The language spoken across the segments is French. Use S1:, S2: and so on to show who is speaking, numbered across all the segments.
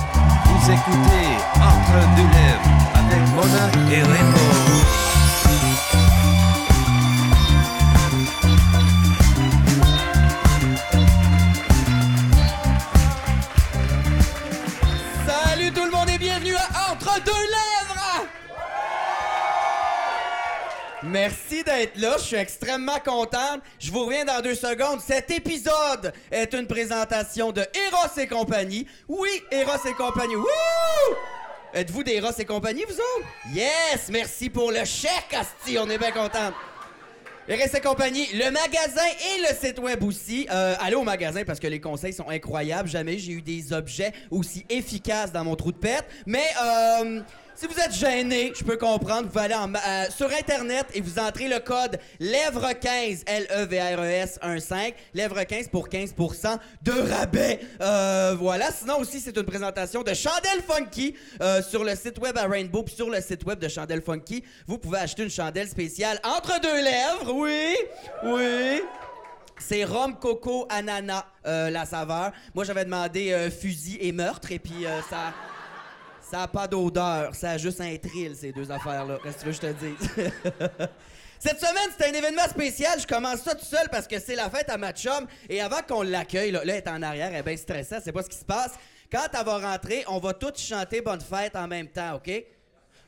S1: vous écoutez Entre deux lèvres avec Mona et Raymond.
S2: Salut tout le monde et bienvenue à Entre deux lèvres! Merci d'être là, je suis extrêmement contente. Je vous reviens dans deux secondes. Cet épisode est une présentation de Eros et compagnie. Oui, Eros et compagnie. Wouh! Êtes-vous des Eros et compagnie, vous autres? Yes! Merci pour le chèque, Asti, on est bien contente. Eros et compagnie, le magasin et le site web aussi. Euh, allez au magasin parce que les conseils sont incroyables. Jamais j'ai eu des objets aussi efficaces dans mon trou de pète. Mais euh, si vous êtes gêné, je peux comprendre. Vous allez en ma- euh, sur Internet et vous entrez le code LEVRE15, L-E-V-R-E-S 1-5, LEVRE15 pour 15% de rabais. Euh, voilà. Sinon aussi, c'est une présentation de Chandelle Funky euh, sur le site web à Rainbow puis sur le site web de Chandelle Funky. Vous pouvez acheter une chandelle spéciale entre deux lèvres. Oui, oui. C'est rhum, coco, ananas, euh, la saveur. Moi, j'avais demandé euh, fusil et meurtre, et puis euh, ça... Ça a pas d'odeur, ça a juste un thrill, ces deux affaires-là. Qu'est-ce que tu veux que je te dise? Cette semaine, c'était un événement spécial. Je commence ça tout seul parce que c'est la fête à ma chum. Et avant qu'on l'accueille, là, là, elle est en arrière, elle est bien stressée, elle sait pas ce qui se passe. Quand elle va rentrer, on va tous chanter Bonne fête en même temps, OK?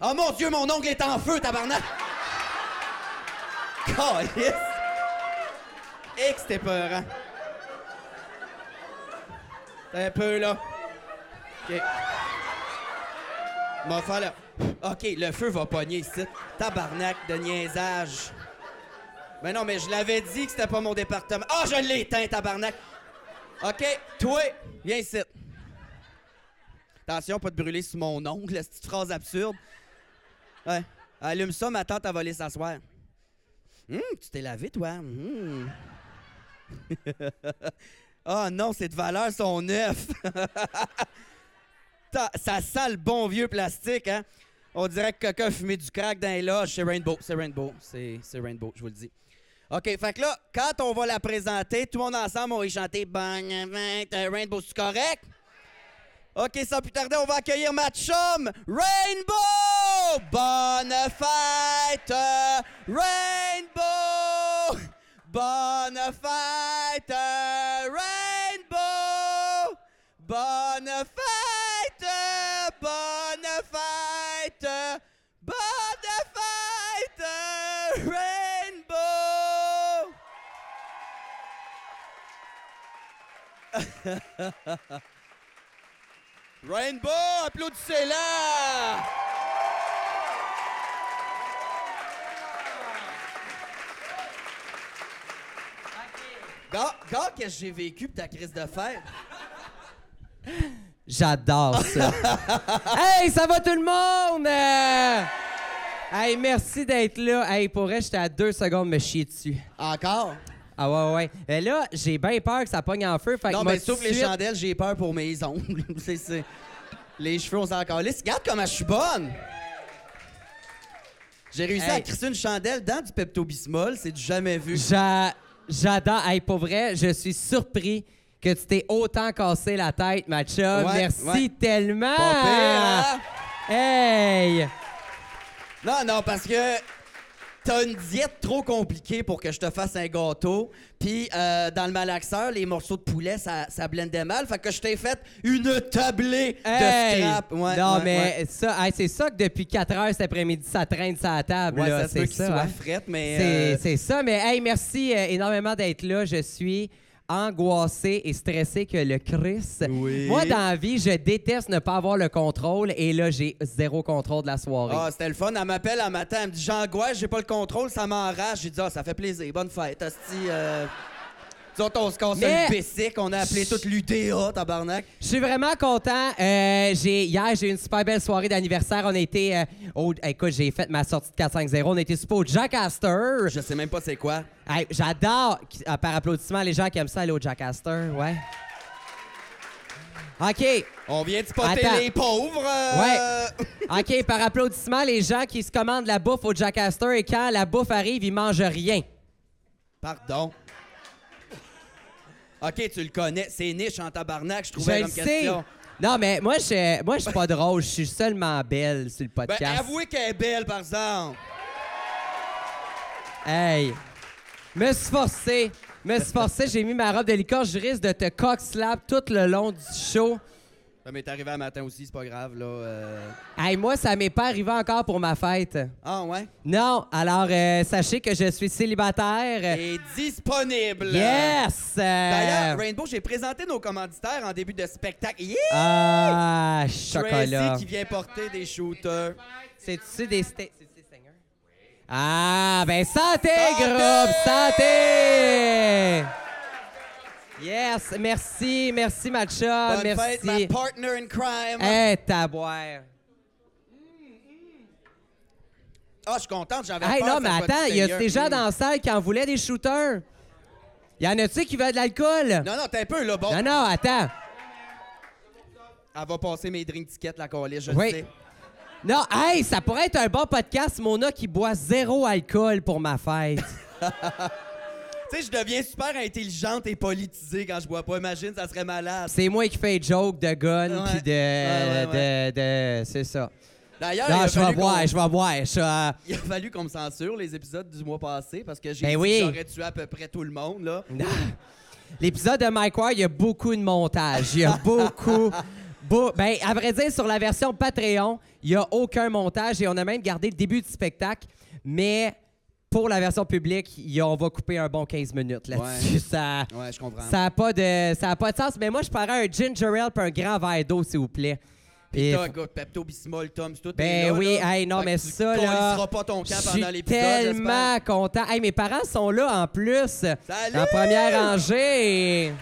S2: Oh mon Dieu, mon ongle est en feu, tabarnak! Calisse! Et Eh, que c'était peurant. T'as un peu, là. OK. Mon faire là. OK, le feu va pogner ici. Tabarnak de niaisage. Mais non, mais je l'avais dit que c'était pas mon département. Ah, je l'ai éteint, tabarnak. OK, toi, viens ici. Attention, pas de brûler sous mon ongle, cette petite phrase absurde. Ouais. Allume ça, ma tante a volé s'asseoir. Hum, tu t'es lavé, toi. Hum. Ah non, ces de valeur sont neufs. Ta- ça sent le bon vieux plastique, hein? On dirait que quelqu'un a fumé du crack dans les loges. C'est Rainbow, c'est Rainbow, c'est c'est Rainbow, je vous le dis. OK, fait que là, quand on va la présenter, tout le monde ensemble, on va y chanter Bonne fête, Rainbow, c'est correct? OK, sans plus tarder, on va accueillir ma chum, Rainbow! Bonne fête, Rainbow! Bonne fête, Rainbow! Bonne fête, bonne fête, bonne fête, Rainbow! Rainbow, applaudissez-la! Gars, gars, qu'est-ce que j'ai vécu pour ta crise de fête?
S3: J'adore ça. hey, ça va tout le monde? Euh, Hey, merci d'être là. Hey, pour vrai, j'étais à deux secondes de me chier dessus.
S2: Encore?
S3: Ah ouais, ouais, ouais. Mais là, j'ai bien peur que ça pogne en feu. Fait que
S2: Non,
S3: moi,
S2: mais
S3: tout
S2: sauf
S3: de
S2: les
S3: suite-
S2: chandelles, j'ai peur pour mes ongles. c'est, c'est- Les cheveux, on s'en calisse. Regarde comment je suis bonne! J'ai réussi à
S3: Hey.
S2: crisser une chandelle dans du Pepto-Bismol, c'est du jamais vu.
S3: J'a- J'adore. Hey, pour vrai, je suis surpris que tu t'es autant cassé la tête, ma chum.
S2: Ouais,
S3: Merci
S2: ouais.
S3: tellement.
S2: Pas pire, hein?
S3: Hey!
S2: Non, non, parce que t'as une diète trop compliquée pour que je te fasse un gâteau. Puis euh, dans le malaxeur, les morceaux de poulet, ça, ça blendait mal. Fait que je t'ai fait une tablée
S3: Hey!
S2: de scrap. Ouais,
S3: non,
S2: ouais,
S3: mais
S2: ouais.
S3: ça, hey, c'est ça que depuis 4 heures cet après-midi, ça traîne sa table.
S2: Ouais,
S3: là.
S2: ça se
S3: c'est
S2: peut qu'il soit
S3: hein.
S2: frette, mais...
S3: C'est
S2: euh,
S3: c'est ça, mais hey, merci euh, énormément d'être là. Je suis angoissé et stressé que le Chris.
S2: Oui.
S3: Moi, dans la vie, je déteste ne pas avoir le contrôle et là, j'ai zéro contrôle de la soirée.
S2: Ah, c'était le fun. Elle m'appelle un matin, elle me dit J'angoisse, j'ai pas le contrôle, ça m'enrage. J'ai dit Ah, ça fait plaisir, bonne fête. Hostie, euh... Nous autres, on se casse
S3: Mais-
S2: le bessic, on a appelé toute l'UDA, tabarnak.
S3: Je suis vraiment content. Euh, j'ai- hier, j'ai eu une super belle soirée d'anniversaire. On a été euh, au- Écoute, j'ai fait ma sortie de 450. On a été super au Jack Astor.
S2: Je sais même pas c'est quoi.
S3: Hey, J'adore, qui- ah, par applaudissement, les gens qui aiment ça aller au Jack Astor. Ouais. OK.
S2: On vient de spotter
S3: Attends.
S2: les pauvres. euh,
S3: Ouais. OK, par applaudissement, les gens qui se commandent la bouffe au Jack Astor et quand la bouffe arrive, ils mangent rien.
S2: Pardon. OK, tu le connais. C'est niche en tabarnak, je
S3: Je
S2: trouvais
S3: le
S2: comme
S3: sais.
S2: question.
S3: Non, mais moi, je moi, je suis pas drôle. Je suis seulement belle sur le
S2: Ben,
S3: podcast.
S2: avouez qu'elle est belle, par exemple.
S3: Hey! Me suis forcé. Me suis forcé. J'ai mis ma robe de licorne. Je risque de te cock-slap tout le long du show.
S2: Ça m'est Ben, arrivé un matin aussi, c'est pas grave, là. euh.
S3: Hey, moi, ça m'est pas arrivé encore pour ma fête.
S2: Ah, ouais?
S3: Non, alors, euh, sachez que je suis célibataire.
S2: Et disponible.
S3: Yes! euh,
S2: D'ailleurs, Rainbow, j'ai présenté nos commanditaires en début de spectacle. Yeah!
S3: Ah, chocolat.
S2: Tracy qui vient porter des shooters.
S3: C'est-tu des steaks? Ah, ben santé,
S2: Santé!
S3: groupe! Santé! Yes, merci, merci, Matcha.
S2: Bonne
S3: Ah, merci. Eh.
S2: fête, ma partner in crime.
S3: Hey, taboire.
S2: Ah, je suis contente, j'avais
S3: Hey,
S2: peur.
S3: non,
S2: que
S3: mais
S2: ça soit
S3: attends,
S2: du
S3: il y a
S2: seigneur.
S3: des gens dans la salle qui en voulaient des shooters. Y en a-tu qui veulent de l'alcool?
S2: Non, non, t'es un peu, là, bon.
S3: non, non, attends.
S2: Elle va passer mes drink tickets, la colisse, je
S3: Oui.
S2: le sais.
S3: Non, hey, ça pourrait être un bon podcast, Mona, qui boit zéro alcool pour ma fête.
S2: Tu sais, je deviens super intelligente et politisée quand je bois pas. Imagine, ça serait malade.
S3: C'est moi qui fais des jokes de gun,
S2: Ouais.
S3: puis de,
S2: Ouais, ouais,
S3: de- de- C'est ça.
S2: D'ailleurs, il
S3: Non,
S2: a
S3: je vais
S2: fallu qu'on-
S3: boire, je vais boire. je vais- euh,
S2: Il a fallu qu'on me censure les épisodes du mois passé parce que j'ai
S3: Ben
S2: dit
S3: oui.
S2: que j'aurais tué à peu près tout le monde, là.
S3: Non. L'épisode de Mike Ward, il y a beaucoup de montage. Il y a beaucoup. beau- ben, à vrai dire, sur la version Patreon, il n'y a aucun montage et on a même gardé le début du spectacle. Mais pour la version publique, il y a- on va couper un bon 15 minutes là-dessus.
S2: Ouais.
S3: Ça n'a
S2: Ouais, je comprends.
S3: pas de ça a pas de sens. Mais moi, je parais un ginger ale puis un grand verre d'eau, s'il vous plaît. Et-
S2: T'as, gars, Pepto Bismol, Tom, c'est tout.
S3: ben
S2: est là,
S3: oui,
S2: là.
S3: hey, non,
S2: Fait
S3: mais
S2: que tu
S3: ça, là.
S2: collisseras pas ton camp
S3: je
S2: pendant
S3: suis
S2: l'épisode. j'espère.
S3: tellement content. Hey, mes parents sont là en plus. En première rangée. Et,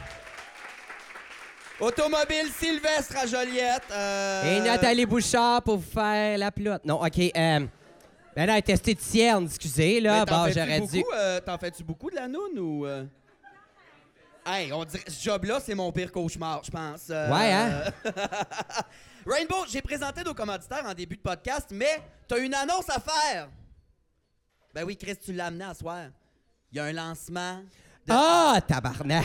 S2: Automobile Sylvestre à Joliette. euh,
S3: et Nathalie Bouchard pour vous faire la pilote. Non, OK. euh, ben non, elle est esthéticienne, excusez,
S2: mais
S3: là.
S2: t'en
S3: Bon,
S2: fais-tu
S3: Ah, bah, j'aurais dû.
S2: beaucoup, euh, T'en fais-tu beaucoup de la noune ou. euh? Hey, on dirait. Ce job-là, c'est mon pire cauchemar, je pense. Euh,
S3: Ouais, hein?
S2: Rainbow, j'ai présenté nos commanditaires en début de podcast, mais t'as une annonce à faire. Ben oui, Chris, tu l'as amené à soir. Il y a un lancement. de-
S3: Ah, tabarnak!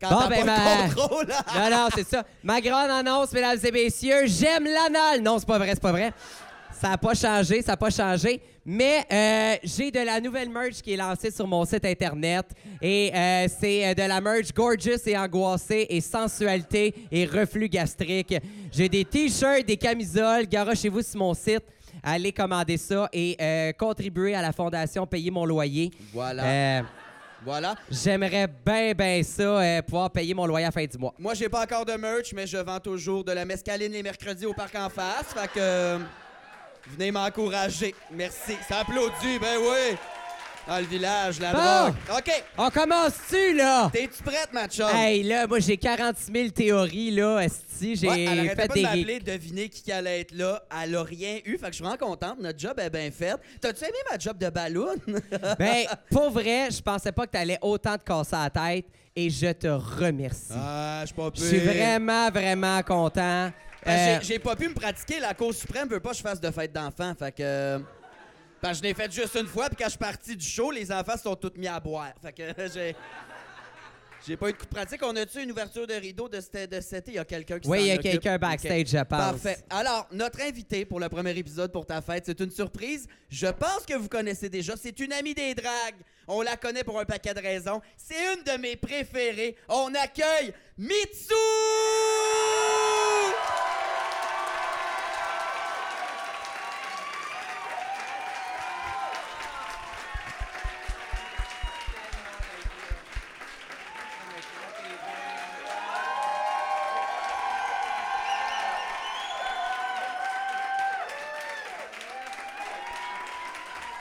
S2: Quand
S3: Bon,
S2: t'as pas
S3: ben, ma-
S2: le contrôle, là.
S3: Non, non, c'est ça. Ma grande annonce, mesdames et messieurs, j'aime l'anal. Non, c'est pas vrai, c'est pas vrai. Ça n'a pas changé, ça n'a pas changé. Mais euh, j'ai de la nouvelle merch qui est lancée sur mon site Internet. Et euh, c'est euh, de la merch gorgeous et angoissée et sensualité et reflux gastrique. J'ai des t-shirts, des camisoles. Garochez-vous sur mon site. Allez commander ça et euh, contribuer à la fondation Payer mon loyer.
S2: Voilà.
S3: Euh,
S2: Voilà.
S3: J'aimerais bien, bien ça, euh, pouvoir payer mon loyer à la fin du mois.
S2: Moi, j'ai pas encore de merch, mais je vends toujours de la mescaline les mercredis au parc en face. Fait que. euh, Venez m'encourager. Merci. Ça applaudit, ben oui. Dans le village, la
S3: Bon.
S2: drogue. OK.
S3: On commence-tu, là?
S2: T'es-tu prête, ma chum?
S3: Hey, là, moi, j'ai 46 000 théories, là, esti. J'ai
S2: Ouais, elle arrêtait
S3: fait
S2: pas
S3: des...
S2: de m'appeler, deviner qui qu'elle allait être là. Elle a rien eu. Fait que je suis vraiment contente. Notre job est bien faite. T'as-tu aimé ma job de ballon?
S3: ben, pour vrai, je pensais pas que t'allais autant te casser la tête et je te remercie.
S2: ah, je suis pas
S3: je suis
S2: pire.
S3: vraiment, vraiment content.
S2: Ben,
S3: Euh,
S2: j'ai- J'ai pas pu me pratiquer. La Cour suprême veut pas que je fasse de fête d'enfants. Fait que. euh, ben, je l'ai fait juste une fois, puis quand je suis parti du show, les enfants se sont tous mis à boire. Fait que euh, j'ai. J'ai pas eu de coup de pratique. On a-tu une ouverture de rideau de cet, de cet été? Il y a quelqu'un qui
S3: Oui,
S2: s'en
S3: il y a
S2: occupe?
S3: quelqu'un
S2: Ok.
S3: backstage, je pense.
S2: Parfait. Alors, notre invité pour le premier épisode pour ta fête, c'est une surprise. Je pense que vous connaissez déjà. C'est une amie des dragues. On la connaît pour un paquet de raisons. C'est une de mes préférées. On accueille Mitsu!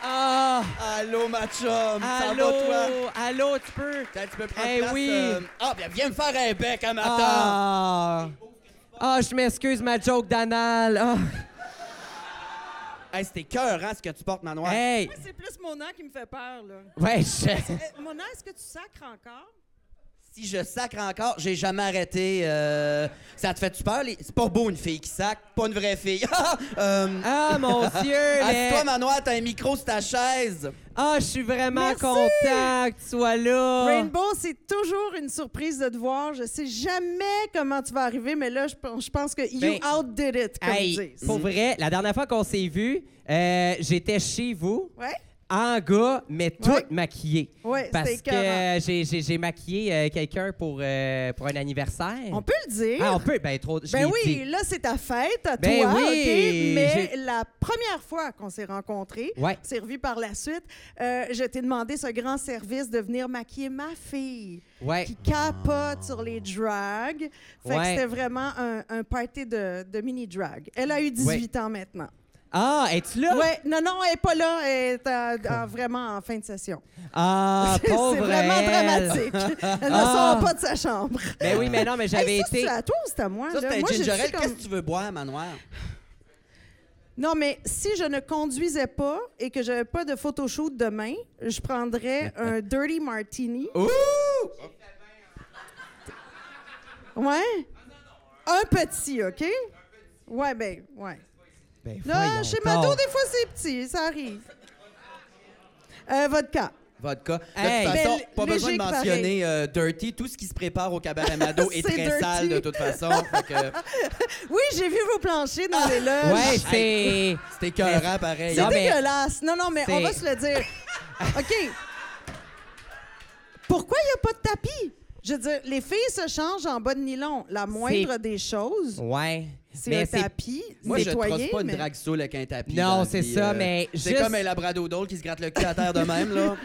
S3: Ah!
S2: Allô, ma chum. Ça va,
S3: allô,
S2: toi?
S3: allô, tu peux...
S2: Attends, tu peux prendre
S3: Eh
S2: place,
S3: oui.
S2: euh, Ah, bien, viens me faire un bec, hein, matin.
S3: Ah! Ah, je m'excuse, ma joke d'anal. Ah.
S2: Hey, c'était cœur, hein, ce que tu portes, Manoir.
S3: Hey!
S4: Moi, c'est plus mon an qui me fait peur, là.
S3: Ouais, je...
S4: Eh, Mon an, est-ce que tu sacres encore?
S2: si je sacre encore, j'ai jamais arrêté. euh, Ça te fait-tu peur? les- C'est pas beau une fille qui sacre, pas une vraie fille. euh...
S3: Ah, mon Dieu! les-
S2: toi Manoir, t'as un micro sur ta chaise.
S3: Ah, je suis vraiment
S4: Merci.
S3: content que tu sois là.
S4: Rainbow, c'est toujours une surprise de te voir. Je sais jamais comment tu vas arriver, mais là, je, pense- je pense que you
S3: Ben,
S4: outdid it, comme
S3: Hey,
S4: ils disent.
S3: pour vrai, la dernière fois qu'on s'est vu, j'étais chez vous.
S4: Ouais?
S3: En gars, mais toute
S4: Ouais.
S3: maquillée.
S4: Ouais,
S3: Parce
S4: c'était
S3: que
S4: écœurant.
S3: euh, j'ai- j'ai j'ai maquillé euh, quelqu'un pour, euh, pour un anniversaire.
S4: On peut le dire.
S3: Ah, on peut? Ben, trop. je
S4: Ben
S3: l'ai
S4: oui,
S3: dit.
S4: là, c'est ta fête à
S3: Ben
S4: toi,
S3: oui,
S4: OK? Mais
S3: j'ai-
S4: la première fois qu'on s'est rencontrés,
S3: Ouais.
S4: on s'est revus par la suite, euh, je t'ai demandé ce grand service de venir maquiller ma fille
S3: Ouais.
S4: qui capote sur les drags. Fait que
S3: Ouais.
S4: c'était vraiment un, un party de, de mini-drag. Elle a eu 18 ans maintenant.
S3: Ah, es-tu là?
S4: Ouais, non, non, elle n'est pas là. Elle est à- à- vraiment en fin de session.
S3: Ah,
S4: C'est
S3: pauvre
S4: vraiment
S3: elle.
S4: dramatique. Elle ne
S3: Ah.
S4: sort pas de sa chambre.
S3: Ben oui, mais non, mais j'avais
S4: Hey, ça,
S3: été.
S4: C'est à toi ou c'est à moi?
S2: Ça,
S4: là?
S2: c'est un
S4: Moi, je
S2: ginger
S4: suis
S2: ale.
S4: comme-
S2: Qu'est-ce que tu veux boire, Manoir?
S4: Non, mais si je ne conduisais pas et que j'avais pas de photoshoot demain, je prendrais un dirty martini.
S2: Ouh!
S4: Ouais. Un petit, OK? Ouais, ben, ouais.
S3: Ben,
S4: Là,
S3: voyons
S4: chez
S3: donc.
S4: Mado, des fois, c'est petit, ça arrive. Euh, vodka.
S2: Vodka.
S3: Hey.
S2: De toute façon,
S4: Belle-
S2: pas besoin de
S4: léger que
S2: mentionner euh, Dirty. Tout ce qui se prépare au cabaret Mado est,
S4: C'est
S2: très sale de
S4: dirty.
S2: toute façon. Fait que euh,
S4: Oui, j'ai vu vos planchers dans les loges.
S3: Ah! Ouais, c'est.
S2: C'était écœurant pareil.
S4: C'est
S3: Non, mais-
S4: dégueulasse. Non, non, mais on
S3: C'est-
S4: va se le dire. OK. Pourquoi il n'y a pas de tapis? Je veux dire, les filles se changent en bas de nylon. La moindre
S3: C'est- Ben,
S4: des choses,
S3: Ouais.
S4: c'est
S3: Mais
S4: un tapis
S2: Moi, je ne
S4: nettoyé.
S2: pas une
S4: mais-
S2: drague saoule avec un tapis.
S3: Non,
S2: dans la
S3: c'est
S2: vie,
S3: ça, mais
S2: C'est
S3: juste-
S2: comme un labradoodle qui se gratte le cul à terre de même, là.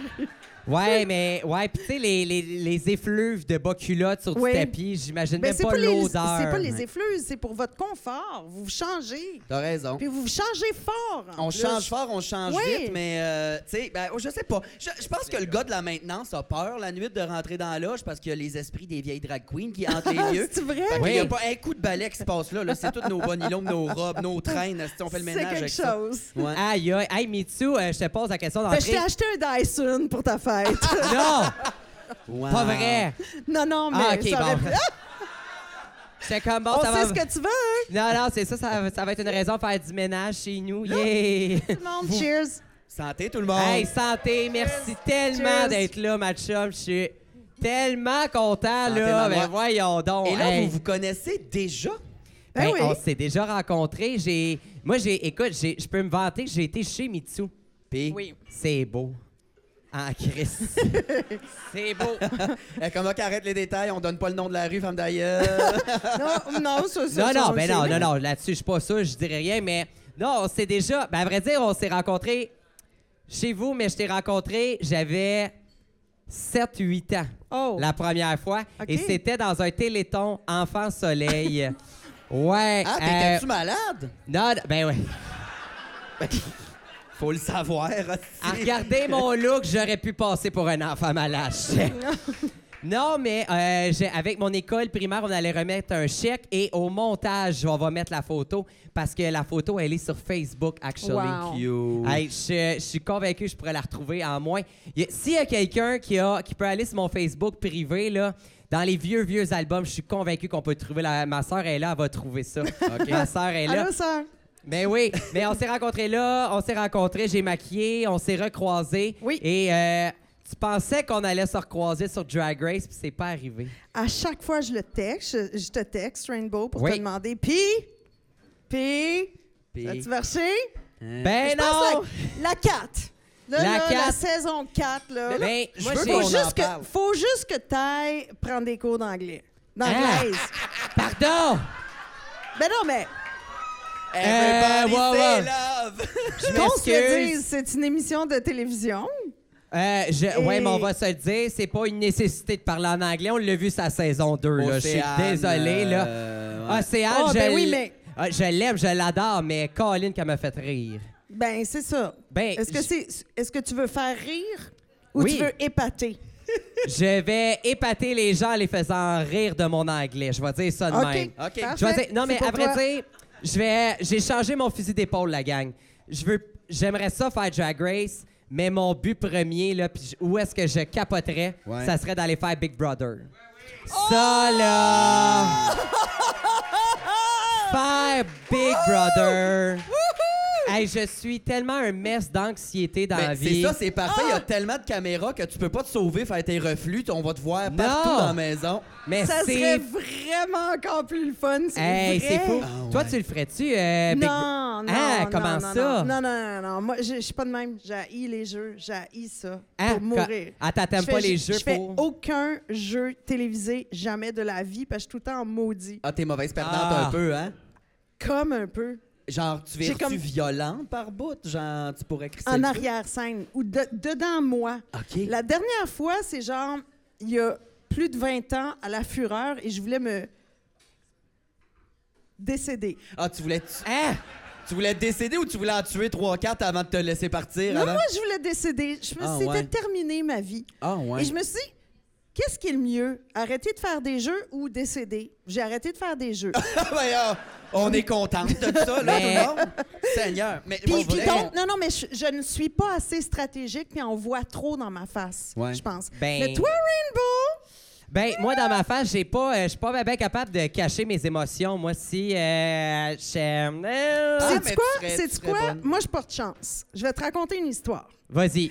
S3: Ouais, mais. Ouais, puis tu sais, les, les, les effluves de bas culottes sur
S4: Oui.
S3: du tapis, j'imagine
S4: Mais
S3: même
S4: Ben, c'est
S3: pas
S4: pour les-
S3: l'odeur. hein.
S4: C'est pas les effluves, c'est pour votre confort. Vous vous changez.
S2: T'as raison.
S4: Puis vous vous changez fort. en
S2: On
S4: plus.
S2: change fort, on change
S4: Oui.
S2: vite, mais euh, tu sais, ben, je sais pas. Je, je pense que le gars de la maintenance a peur la nuit de rentrer dans la loge parce qu'il y a les esprits des vieilles drag queens qui hantent les lieux.
S4: Ah, C'est vrai?
S2: Il n'y a
S3: Oui.
S2: pas un coup de balai qui se passe là. là. C'est toutes nos bonnilons, nos robes, nos traînes. Si on fait le
S4: C'est
S2: ménage
S4: quelque
S2: avec ça.
S4: chose.
S2: Ouais.
S3: Aïe, aïe, aïe, Mitsu, euh, je te pose la question
S4: Fait que je
S3: d'entrée.
S4: t'ai acheté un Dyson pour ta fête.
S3: Ah! Non,
S2: Wow.
S3: pas vrai.
S4: non, non, mais
S3: Ah, OK,
S4: ça aurait
S3: bon.
S4: pu-
S3: J'étais comme, bon,
S4: on
S3: ça
S4: sait
S3: va...
S4: ce que tu veux, hein?
S3: Non, non, c'est ça, ça, ça va être une raison de faire du ménage chez nous. Yeah!
S4: Tout le monde, cheers.
S2: Santé tout le monde.
S3: Hey, santé, merci tellement
S4: Cheers.
S3: d'être là, ma chum. Je suis tellement content,
S2: Santé,
S3: là.
S2: maman.
S3: Ben voyons donc.
S2: Et là,
S3: hey.
S2: vous vous connaissez déjà?
S4: Ben
S3: Ben,
S4: oui.
S3: On s'est déjà rencontrés. J'ai... Moi, j'ai... écoute, j'ai- je peux me vanter que j'ai été chez Mitsu.
S2: Puis,
S3: Oui. C'est beau. En Christ. c'est beau.
S2: euh, comment qu'arrête les détails? On donne pas le nom de la rue, femme d'ailleurs.
S4: Non, Ah, non, ça, ça,
S3: Non,
S4: ça, on
S3: non,
S4: le
S3: ben
S4: sait.
S3: non, non, non, là-dessus, je suis pas sûr, je dirais rien, mais non, on s'est déjà. Ben, à vrai dire, on s'est rencontrés chez vous, mais je t'ai rencontré, j'avais 7-8 ans
S4: Oh.
S3: la première fois,
S4: OK.
S3: et c'était dans un téléthon Enfant Soleil. ouais.
S2: ah,
S3: euh,
S2: t'étais-tu malade?
S3: Non, non, ben ouais.
S2: Faut le savoir.
S3: À regarder mon look, j'aurais pu passer pour un enfant malade. Non, mais euh, j'ai- avec mon école primaire, on allait remettre un chèque et au montage, on va mettre la photo parce que la photo, elle est sur Facebook, actually.
S4: Wow.
S2: Cute.
S3: Hey, je, je suis convaincu que je pourrais la retrouver en moins. Il y a- S'il y a quelqu'un qui, a- qui peut aller sur mon Facebook privé, là, dans les vieux, vieux albums, je suis convaincu qu'on peut trouver la. Ma sœur est là, elle va trouver ça. Ma sœur est là.
S4: Allô, sœur?
S3: Ben oui, mais on s'est rencontrés là, on s'est rencontrés, j'ai maquillé, on s'est recroisés.
S4: Oui.
S3: Et euh, tu pensais qu'on allait se recroiser sur Drag Race, puis c'est pas arrivé.
S4: À chaque fois, je le texte, je, je te texte, Rainbow, pour
S3: Oui.
S4: te demander, puis, puis,
S2: Puis-
S4: as-tu marché?
S3: Ben
S4: Je pense
S3: non!
S4: la, la 4. Là,
S3: La
S4: là, la
S3: quatre.
S4: saison 4, là.
S3: Ben,
S2: je
S3: moi,
S2: veux
S3: j'ai-
S4: faut,
S2: qu'on en
S4: juste que,
S2: parle.
S4: faut juste que t'ailles prendre des cours d'anglais. D'anglaise.
S3: Ah! Pardon!
S4: Ben non, mais
S2: Everybody
S3: Euh, ouais,
S2: say
S3: ouais.
S2: love.
S3: Je
S4: qu'on se le
S3: m'excuse.
S4: dise, c'est une émission de télévision.
S3: Euh, je- Ouais,
S4: Et-
S3: mais on va se le dire, c'est pas une nécessité de parler en anglais. On l'a vu sa saison 2, là. Je suis
S2: Océane,
S3: désolé, là.
S2: euh, ouais.
S3: Océane,
S4: Oh,
S3: je
S4: ben oui,
S3: l-
S4: mais-
S3: Ah, je l'aime, je l'adore, mais Colin, qui m'a fait rire.
S4: Ben, c'est ça.
S3: Ben,
S4: est-ce que
S3: je-
S4: c'est est-ce que tu veux faire rire ou
S3: Oui.
S4: tu veux épater
S3: Je vais épater les gens en les faisant rire de mon anglais. Je vais dire ça de
S4: OK.
S3: même.
S2: OK.
S4: Parfait.
S3: Je vais dire- non,
S4: C'est
S3: mais
S4: pour
S3: à vrai
S4: toi.
S3: dire, je vais, j'ai changé mon fusil d'épaule, la gang. Je veux, j'aimerais ça faire Drag Race, mais mon but premier, là, puis je- où est-ce que je capoterais,
S2: Ouais.
S3: ça serait d'aller faire Big Brother. Ça, là...
S4: Oh!
S3: Faire Big Brother. Hey, je suis tellement un mess d'anxiété dans
S2: Ben,
S3: la vie.
S2: c'est ça, c'est parfait. Il y a tellement de caméras que tu peux pas te sauver, faire tes reflux. On va te voir
S3: Non.
S2: partout dans la maison.
S3: Mais
S4: Ça
S3: eh, c'est...
S4: serait vraiment encore plus le fun. si
S3: Hey,
S4: vrai.
S3: c'est fou.
S2: Ah ouais.
S3: Toi, tu le ferais-tu? euh, Big
S4: Non, non,
S3: Bro- Ah,
S4: non,
S3: comment
S4: non,
S3: ça?
S4: Non, non, non, non, non. Moi, je je suis pas de même. J'ai les jeux. J'ai ça.
S3: Hein?
S4: Pour mourir.
S3: Quand- Attends, t'aimes
S4: Je fais-
S3: pas les
S4: je-
S3: jeux
S4: Je fais
S3: pour-
S4: aucun jeu télévisé jamais de la vie parce que je suis tout le temps maudit.
S2: Ah, t'es mauvaise perdante
S3: Ah.
S2: un peu, hein?
S4: Comme un peu.
S2: Genre, tu
S4: J'ai
S2: es
S4: comme-
S2: violent par bout? Genre, tu pourrais crisser
S4: en
S2: le-
S4: arrière-scène ou de- dedans moi.
S2: OK.
S4: La dernière fois, c'est genre, il y a plus de 20 ans, à la fureur, et je voulais me décéder.
S2: Ah, tu voulais, tu,
S3: Hein?
S2: tu voulais te décéder ou tu voulais en tuer 3-4 avant de te laisser partir?
S4: Non,
S2: avant?
S4: moi, je voulais décéder. Je me
S2: Ah,
S4: c'était
S2: ouais.
S4: terminé ma vie.
S2: Ah, ouais.
S4: Et je me suis dit, qu'est-ce qui est le mieux? Arrêter de faire des jeux ou décéder? J'ai arrêté de faire des jeux.
S2: Ah, ben, ah, on est contente de ça, là,
S3: Mais-
S2: tout le monde. Seigneur. Mais
S4: puis,
S2: on
S4: puis
S2: voulait-
S4: donc, non, non, mais je, je ne suis pas assez stratégique, puis on voit trop dans ma face,
S2: Ouais.
S4: je pense.
S3: Ben-
S4: Mais toi, Rainbow,
S3: Ben, moi, dans ma face, j'ai pas, euh, je suis pas bien capable de cacher mes émotions. Moi, si euh, je- euh,
S2: Ah, mais
S4: c'est
S2: tu
S4: quoi?
S2: serais- tu
S4: C'est
S2: serais
S4: quoi?
S2: bonne.
S4: Moi, je porte chance. Je vais te raconter une histoire.
S3: Vas-y.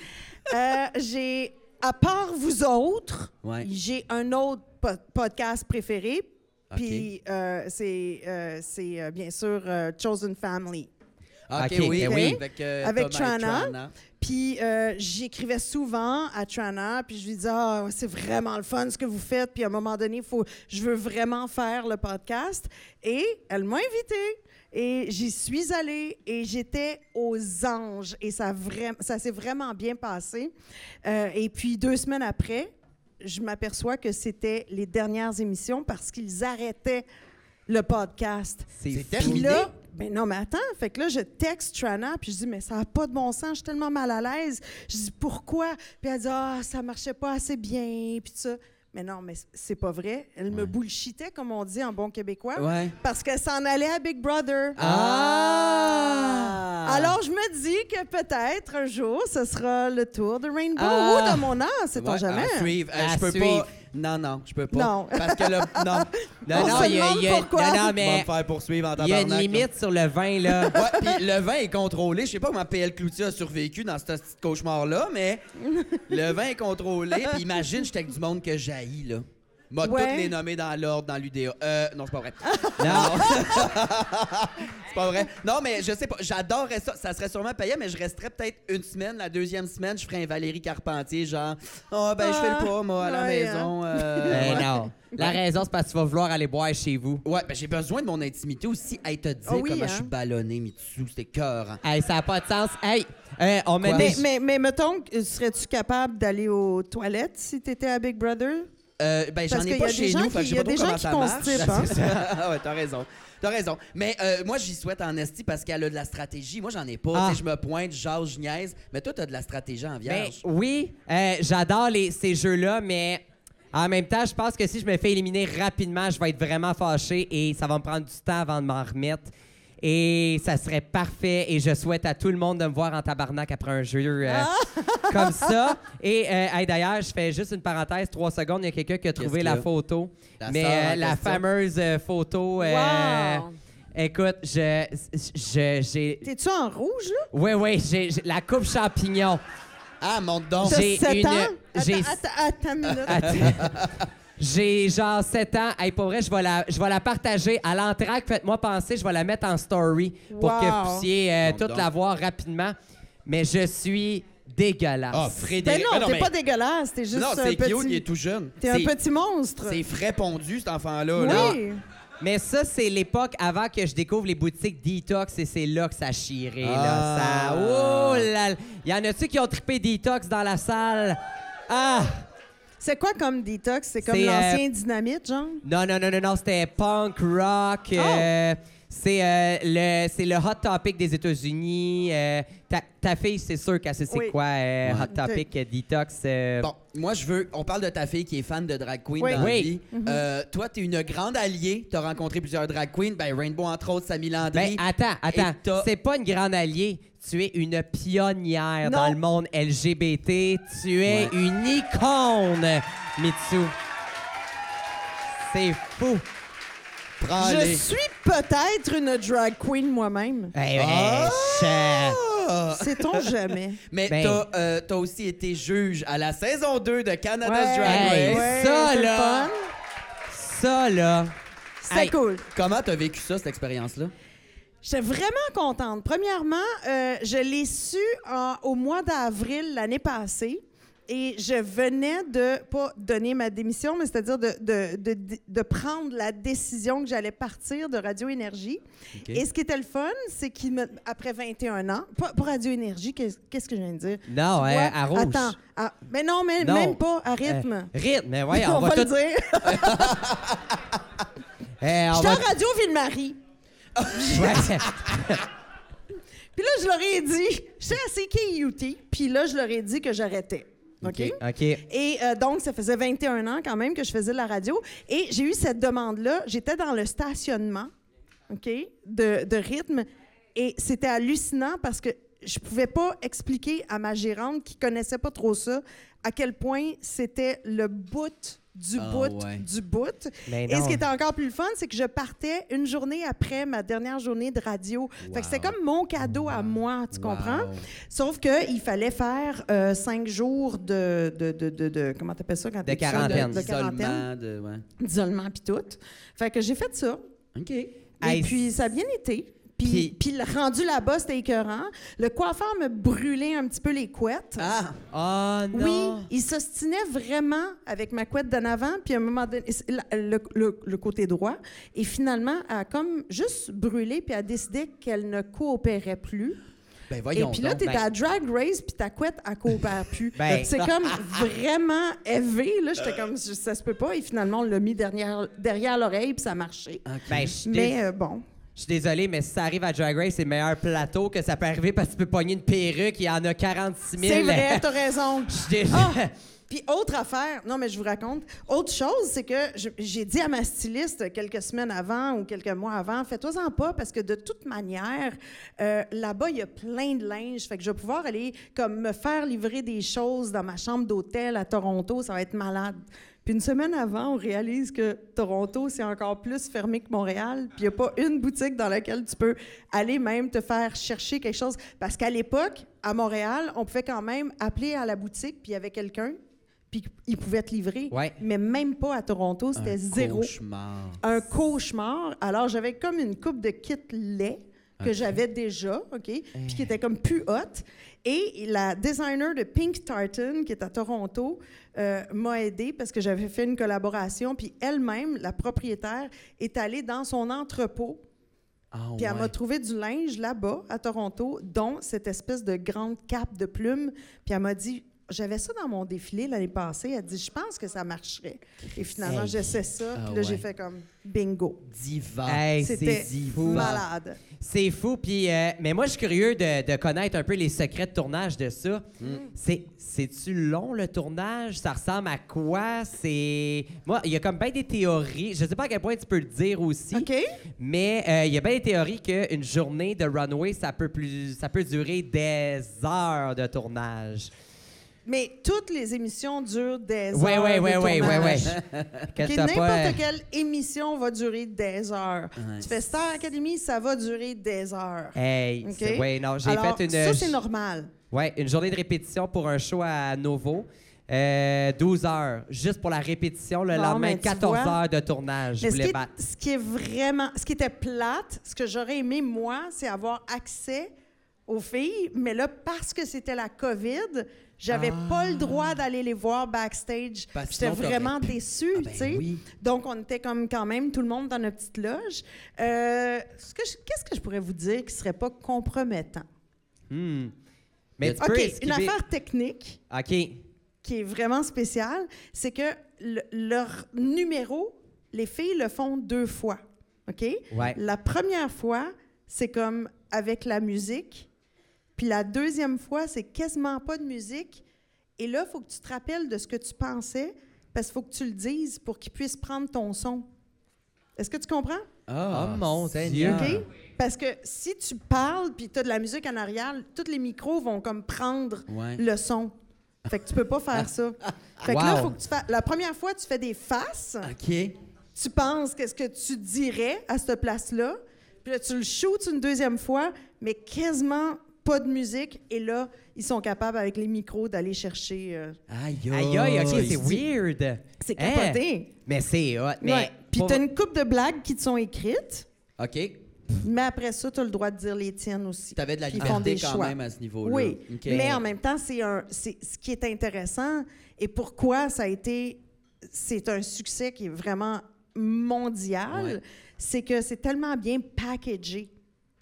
S4: Euh, j'ai, à part vous autres,
S2: Ouais.
S4: j'ai un autre po- podcast préféré.
S2: Ok.
S4: Puis euh, c'est, euh, c'est euh, bien sûr euh, Chosen Family.
S2: Ah, OK,
S3: Ok,
S2: oui,
S3: ben
S2: oui.
S3: oui.
S2: Avec, euh,
S4: Avec
S2: Thomas et
S4: Trana. Puis euh, j'écrivais souvent à Trana, puis je lui disais Ah, c'est vraiment le fun ce que vous faites. Puis à un moment donné, faut, je veux vraiment faire le podcast. Et elle m'a invitée. Et j'y suis allée et j'étais aux anges. Et ça, vra- ça s'est vraiment bien passé. Euh, et puis deux semaines après, je m'aperçois que c'était les dernières émissions parce qu'ils arrêtaient le podcast.
S3: C'est
S2: C'est
S3: fou.
S4: Puis
S2: terminé.
S4: là, ben non, mais attends, fait que là, je texte Trana, puis je dis, mais ça n'a pas de bon sens, je suis tellement mal à l'aise. Je dis, pourquoi? Puis elle dit, ah, ça marchait pas assez bien, puis tout ça. Mais non, mais c'est pas vrai. Elle me bullshitait, comme on dit en bon québécois,
S2: Ouais.
S4: parce qu'elle s'en allait à Big Brother.
S2: Ah!
S4: Alors, je me dis que peut-être un jour, ce sera le tour de Rainbow
S3: Ah.
S4: ou de mon art, sait-on
S2: Ouais,
S4: jamais. hein?
S2: à suivre. Euh,
S3: À
S2: je peux
S3: suivre.
S2: pas. Non, non, je peux pas.
S4: Non.
S2: Parce que là, non.
S3: Non,
S4: On
S3: non,
S4: se
S3: il y a-
S4: demande
S3: il y a-
S4: pourquoi.
S3: non, non,
S2: Ah, mais... va me
S3: mais
S2: faire poursuivre en
S3: il y a une
S2: tabarnak,
S3: limite sur le vin, là.
S2: là. Ouais, puis le vin est contrôlé. Je sais pas comment PL Cloutier a survécu dans ce petit cauchemar-là, mais le vin est contrôlé. Puis imagine, j'étais avec du monde que j'haïs, là. M'a
S4: Ouais.
S2: toutes les nommés dans l'ordre, dans l'UDA. Euh, non, c'est pas vrai.
S3: non.
S2: C'est pas vrai. Non, mais je sais pas. J'adorerais ça. Ça serait sûrement payé, mais je resterais peut-être une semaine. La deuxième semaine, je ferais un Valérie Carpentier, genre, oh, ben, je fais le pas, moi, à la
S4: Ah, Ouais, hein.
S2: maison. euh,
S3: Ben
S2: ouais.
S3: non. La raison, c'est parce que tu vas vouloir aller boire chez vous.
S2: Ouais, ben j'ai besoin de mon intimité aussi. Hey, te dire
S4: Ah oui,
S2: comment
S4: hein?
S2: je suis ballonné, Mitsu, c'était cœur.
S3: Hey, ça n'a pas de sens. Hey, euh, on met
S2: Quoi?
S3: des...
S4: Mais, mais, mais mettons, que serais-tu capable d'aller aux toilettes si tu étais à Big Brother?
S2: Euh, ben j'en
S4: Parce
S2: ai
S4: qu'il
S2: pas
S4: y a des
S2: chez
S4: gens
S2: nous, fait que
S4: qui-
S2: je sais
S4: il y a
S2: pas
S4: des
S2: trop comment
S4: gens
S2: ça
S4: qui
S2: marche.
S4: constipent, hein?
S2: C'est ça. Ah ouais, t'as raison. T'as raison. Mais euh, moi, j'y souhaite en esti parce qu'elle a de la stratégie. Moi, j'en ai pas.
S3: Ah.
S2: Tu sais, Je me pointe, je jase, je niaise. Mais toi, t'as de la stratégie en
S3: Ben,
S2: vierge.
S3: oui, euh, j'adore les- ces jeux-là, mais en même temps, je pense que si je me fais éliminer rapidement, je vais être vraiment fâché et ça va me prendre du temps avant de m'en remettre. Et ça serait parfait. Et je souhaite à tout le monde de me voir en tabarnak après un jeu euh,
S2: Ah!
S3: comme ça. Et euh, hey, d'ailleurs, je fais juste une parenthèse, trois secondes. Il y a quelqu'un qui a trouvé
S2: qu'il
S3: la
S2: y a?
S3: photo.
S2: La
S3: mais
S2: sœur en
S3: euh, la
S2: question?
S3: fameuse euh, photo. euh,
S4: Wow!
S3: Écoute, je, je, j'ai,
S4: T'es-tu en rouge, là?
S3: oui, oui, j'ai, j'ai- la coupe champignon.
S2: Ah, monte donc.
S3: J'ai
S4: T'as sept
S3: une-
S4: ans?
S3: j'ai-
S4: Attends, attends, attends une minute.
S3: Attends. Ah, J'ai genre 7 ans. Hey, pour vrai, je vais la, je vais la partager à l'entraque. Faites-moi penser, je vais la mettre en story pour
S4: Wow.
S3: que vous puissiez euh,
S2: Donc,
S3: toutes
S2: donc.
S3: la voir rapidement. Mais je suis
S2: Ah,
S3: dégueulasse.
S4: Ben
S2: Frédéric.
S4: non,
S2: Ben
S4: t'es
S2: mais-
S4: pas dégueulasse, t'es juste
S2: Non,
S4: un
S2: c'est
S4: petit...
S2: cute, il est tout jeune.
S4: T'es un
S2: C'est-
S4: petit monstre.
S2: C'est frais pondu, cet enfant-là. là.
S4: Oui.
S3: Mais ça, c'est l'époque avant que je découvre les boutiques detox et c'est là que ça chirait. Là.
S2: Ah.
S3: Ça... Oh là là. Y en a-tu qui ont trippé detox dans la salle? Ah!
S4: C'est quoi comme detox? C'est comme
S3: C'est, euh,
S4: l'ancien dynamite, genre?
S3: Non, non, non, non, non, c'était punk rock. euh,
S4: Oh!
S3: c'est euh, le c'est le hot topic des États-Unis. euh, ta, ta fille, c'est sûr qu'elle sait c'est
S4: Oui.
S3: quoi euh,
S2: Ouais.
S3: hot topic euh, detox. euh,
S2: Bon, moi, je veux. On parle de ta fille qui est fan de drag queen
S4: Oui. Mm-hmm.
S2: dans la
S3: Oui.
S2: vie. Euh, toi, t'es une grande alliée. T'as rencontré plusieurs drag queens. Ben, Rainbow, entre autres, Samy
S3: Ben,
S2: Landry.
S3: attends, attends.
S2: Et t'as-
S3: C'est pas une grande alliée. Tu es une pionnière
S4: Non.
S3: dans le monde LGBT. Tu es
S2: Ouais.
S3: une icône, Mitsu. C'est fou.
S2: Ah,
S4: Je
S3: Trollé.
S4: suis peut-être une drag queen moi-même.
S3: Eh
S4: Ah!
S3: ben, je-
S2: Ah!
S4: Sait-on jamais?
S2: Mais
S3: Ben.
S2: t'as euh, t'as aussi été juge à la saison 2 de Canada's
S4: Ouais.
S2: Drag Race.
S3: Hey,
S4: Ouais,
S3: ça,
S4: c'est le
S3: là.
S4: fun.
S3: Ça, là.
S4: C'était
S3: Hey.
S4: cool.
S2: Comment t'as vécu ça, cette expérience-là?
S4: J'étais vraiment contente. Premièrement, euh, je l'ai su en- au mois d'avril l'année passée. Et je venais de, pas donner ma démission, mais c'est-à-dire de, de, de- de prendre la décision que j'allais partir de Radio Énergie. Et ce qui était le fun, c'est qu'après 21 ans, pas, pas Radio Énergie, qu'est- qu'est-ce que je viens de dire?
S3: Non,
S4: Tu
S3: euh,
S4: vois,
S3: à rouge.
S4: Attends, à- mais non, mais
S3: Non.
S4: même pas à
S3: Euh,
S4: rythme.
S3: rythme, mais ouais, on,
S4: on, va, le
S3: tout.
S4: dire.
S3: Eh, on
S4: J'étais
S3: va-
S4: en Radio Ville-Marie.
S3: Ouais.
S4: Puis là, je leur ai dit, j'étais assez KUT, puis là, je leur ai dit que j'arrêtais. OK?
S3: OK.
S4: Et euh, donc, ça faisait 21 ans quand même que je faisais de la radio. Et j'ai eu cette demande-là. J'étais dans le stationnement, OK, de, de rythme. Et c'était hallucinant parce que je pouvais pas expliquer à ma gérante qui connaissait pas trop ça à quel point c'était le bout du
S2: Ah,
S4: bout
S2: ouais.
S4: du bout.
S3: Mais
S4: Et
S3: non.
S4: ce qui était encore plus le fun, c'est que je partais une journée après ma dernière journée de radio. Fait que c'était comme mon cadeau à moi, tu comprends? Sauf qu'il fallait faire euh, cinq jours de, de, de, de, de- Comment t'appelles ça quand t'es tout seul?
S3: quarantaine.
S4: De, de quarantaine.
S2: Isolement, de- ouais.
S4: D'isolement, puis tout. Fait que j'ai fait ça.
S2: OK.
S3: Hey,
S4: Et puis, ça a bien été. Puis,
S3: Puis-
S4: puis le rendu là-bas, c'était écœurant. Le coiffeur me brûlait un petit peu les couettes.
S2: Ah!
S3: Oh non.
S4: Oui, il s'ostinait vraiment avec ma couette d'en avant, puis à un moment donné, c'est la- le, le- le côté droit. Et finalement, elle a comme juste brûlé, puis elle a décidé qu'elle ne coopérait plus.
S2: Ben
S4: Et
S2: voyons
S4: puis là,
S2: donc.
S4: t'es
S3: ben.
S4: à Drag Race, puis ta couette, elle coopère plus.
S3: Ben.
S4: C'est comme vraiment élevé. Là, j'étais comme, ça se peut pas. Et finalement, on l'a mis derrière, derrière l'oreille, puis ça a marché.
S3: Ben, je suis dés-
S4: Mais euh, bon.
S3: je suis désolé, mais si ça arrive à Drag Race, c'est le meilleur plateau que ça peut arriver parce que tu peux pogner une perruque, il y en a 46 000.
S4: C'est vrai, t'as raison.
S3: Je suis dés-
S4: Ah! Puis autre affaire, non mais je vous raconte, autre chose, c'est que je- j'ai dit à ma styliste quelques semaines avant ou quelques mois avant, fais-toi-en pas parce que de toute manière, euh, là-bas, il y a plein de linge. Fait que je vais pouvoir aller comme me faire livrer des choses dans ma chambre d'hôtel à Toronto, ça va être malade. Puis une semaine avant, on réalise que Toronto, c'est encore plus fermé que Montréal. Puis il n'y a pas une boutique dans laquelle tu peux aller même te faire chercher quelque chose. Parce qu'à l'époque, à Montréal, on pouvait quand même appeler à la boutique, puis il y avait quelqu'un, puis ils pouvaient te livrer.
S3: Ouais.
S4: Mais même pas à Toronto, c'était zéro.
S2: Cauchemar.
S4: Un cauchemar. Alors, j'avais comme une coupe de kit lait que j'avais déjà, OK,
S2: Eh.
S4: puis qui était comme plus haute. Et la designer de Pink Tartan, qui est à Toronto, euh, m'a aidée parce que j'avais fait une collaboration. Puis elle-même, la propriétaire, est allée dans son entrepôt
S2: Ah,
S4: puis elle
S2: ouais.
S4: m'a trouvé du linge là-bas, à Toronto, dont cette espèce de grande cape de plumes. Puis elle m'a dit, j'avais ça dans mon défilé l'année passée. Elle dit, je pense que ça marcherait. Et finalement,
S3: Hey.
S4: j'essaie ça.
S2: Ah
S4: Puis là, j'ai
S2: ouais.
S4: fait comme, bingo.
S2: Diva.
S3: Hey,
S4: C'était
S3: c'est fou.
S4: malade.
S3: C'est fou. Puis, euh, mais moi, je suis curieux de, de connaître un peu les secrets de tournage de ça.
S4: Hmm.
S3: C'est, c'est-tu long, le tournage? Ça ressemble à quoi? C'est... Moi, il y a comme bien des théories. Je sais pas à quel point tu peux le dire aussi.
S4: OK.
S3: Mais euh, il y a bien des théories qu'une journée de runway, ça peut, plus, ça peut durer des heures de tournage.
S4: Mais toutes les émissions durent des heures.
S3: Ouais, ouais,
S4: de
S3: ouais, ouais, ouais, ouais.
S4: tournage.
S3: Que
S4: Ok,
S3: t'as
S4: N'importe
S3: pas, euh,
S4: quelle émission va durer des heures.
S2: Ouais.
S4: Tu fais Star Academy, ça va durer des heures.
S3: Hey,
S4: Ok?
S3: c'est- ouais, non, j'ai
S4: Alors,
S3: fait une.
S4: Ça, c'est normal.
S3: Ouais, une journée de répétition pour un show à Novo. Euh, 12 heures, juste pour la répétition. Le
S4: Bon,
S3: lendemain,
S4: ben, tu
S3: 14
S4: vois.
S3: heures de tournage. Je
S4: Mais ce, qui
S3: voulais
S4: est,
S3: battre.
S4: ce qui est vraiment, ce qui était plate, ce que j'aurais aimé moi, c'est avoir accès aux filles, mais là parce que c'était la Covid, j'avais pas le
S3: Ah.
S4: droit d'aller les voir backstage.
S2: Parce que
S4: J'étais
S2: sinon, t'aurais
S4: vraiment
S2: pu.
S4: déçue,
S2: Ah ben
S4: tu sais.
S2: oui.
S4: Donc on était comme quand même tout le monde dans notre petite loge. Euh, ce que je- qu'est-ce que je pourrais vous dire qui serait pas compromettant
S3: Hmm. Mais tu peux
S4: Ok, une
S3: esquiver-
S4: affaire technique
S3: OK.
S4: qui est vraiment spécial, c'est que le- leur numéro, les filles le font deux fois. OK?
S3: Ouais.
S4: La première fois, c'est comme avec la musique. Puis la deuxième fois, c'est quasiment pas de musique. Et là, il faut que tu te rappelles de ce que tu pensais parce qu'il faut que tu le dises pour qu'ils puissent prendre ton son. Est-ce que tu comprends?
S2: Ah,
S3: Oh, mon
S2: Seigneur.
S3: Dieu.
S4: OK? Parce que si tu parles puis tu as de la musique en arrière, tous les micros vont comme prendre
S2: Ouais.
S4: le son. Fait que tu peux pas faire ça. Fait que là,
S3: Wow.
S4: faut que tu fasses- La première fois, tu fais des faces,
S2: OK.
S4: tu penses qu'est-ce que tu dirais à cette place-là. Puis là, tu le shoots une deuxième fois, mais quasiment pas de musique. Et là, ils sont capables, avec les micros, d'aller chercher. euh,
S2: Aïe,
S3: Aïe, aïe, ok, c'est
S4: dis-
S3: weird.
S4: C'est
S3: Hein?
S4: capoté.
S3: Mais c'est hot. Mais
S4: Ouais. Puis
S3: pour-
S4: t'as une coupe de blagues qui te sont écrites,
S2: OK.
S4: mais après ça, t'as le droit de dire les tiennes aussi.
S2: Tu avais de la
S4: Puis ils font
S2: liberté
S4: des
S2: quand
S4: choix.
S2: même à ce niveau-là.
S4: Oui,
S2: OK.
S4: mais en même temps, c'est un, c'est ce qui est intéressant et pourquoi ça a été, c'est un succès qui est vraiment mondial,
S2: Ouais.
S4: c'est que c'est tellement bien packagé,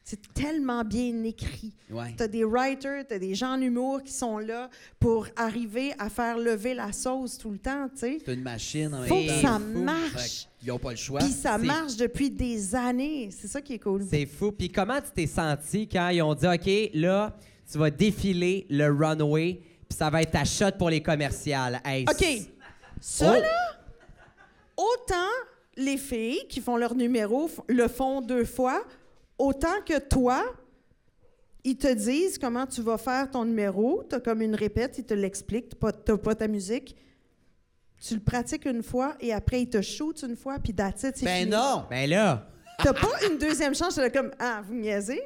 S4: c'est tellement bien écrit.
S2: Ouais.
S4: Tu as des writers, tu as des gens en humour qui sont là pour arriver à faire lever la sauce tout le temps, tu sais.
S2: C'est une machine en
S4: Faut
S2: même
S4: que
S2: temps.
S4: ça
S2: Fou.
S4: marche.
S2: Fait qu'ils n'ont pas le choix.
S4: Puis ça
S3: c'est-
S4: marche depuis des années, c'est ça qui est cool.
S3: C'est fou. Puis comment tu t'es senti quand ils ont dit, OK, là, tu vas défiler le runway, puis ça va être ta shot pour les commerciales. Hey,
S4: OK.
S3: c'est-
S4: Ça,
S3: Oh!
S4: là, autant les filles qui font leur numéro f- le font deux fois, autant que toi, ils te disent comment tu vas faire ton numéro. Tu as comme une répète, ils te l'expliquent, tu n'as pas ta musique. Tu le pratiques une fois et après, ils te shootent une fois, puis that's it, c'est
S2: Ben
S4: fini.
S2: non!
S3: Ben là,
S4: T'as pas une deuxième chance, t'es là comme Ah, vous me niaisez?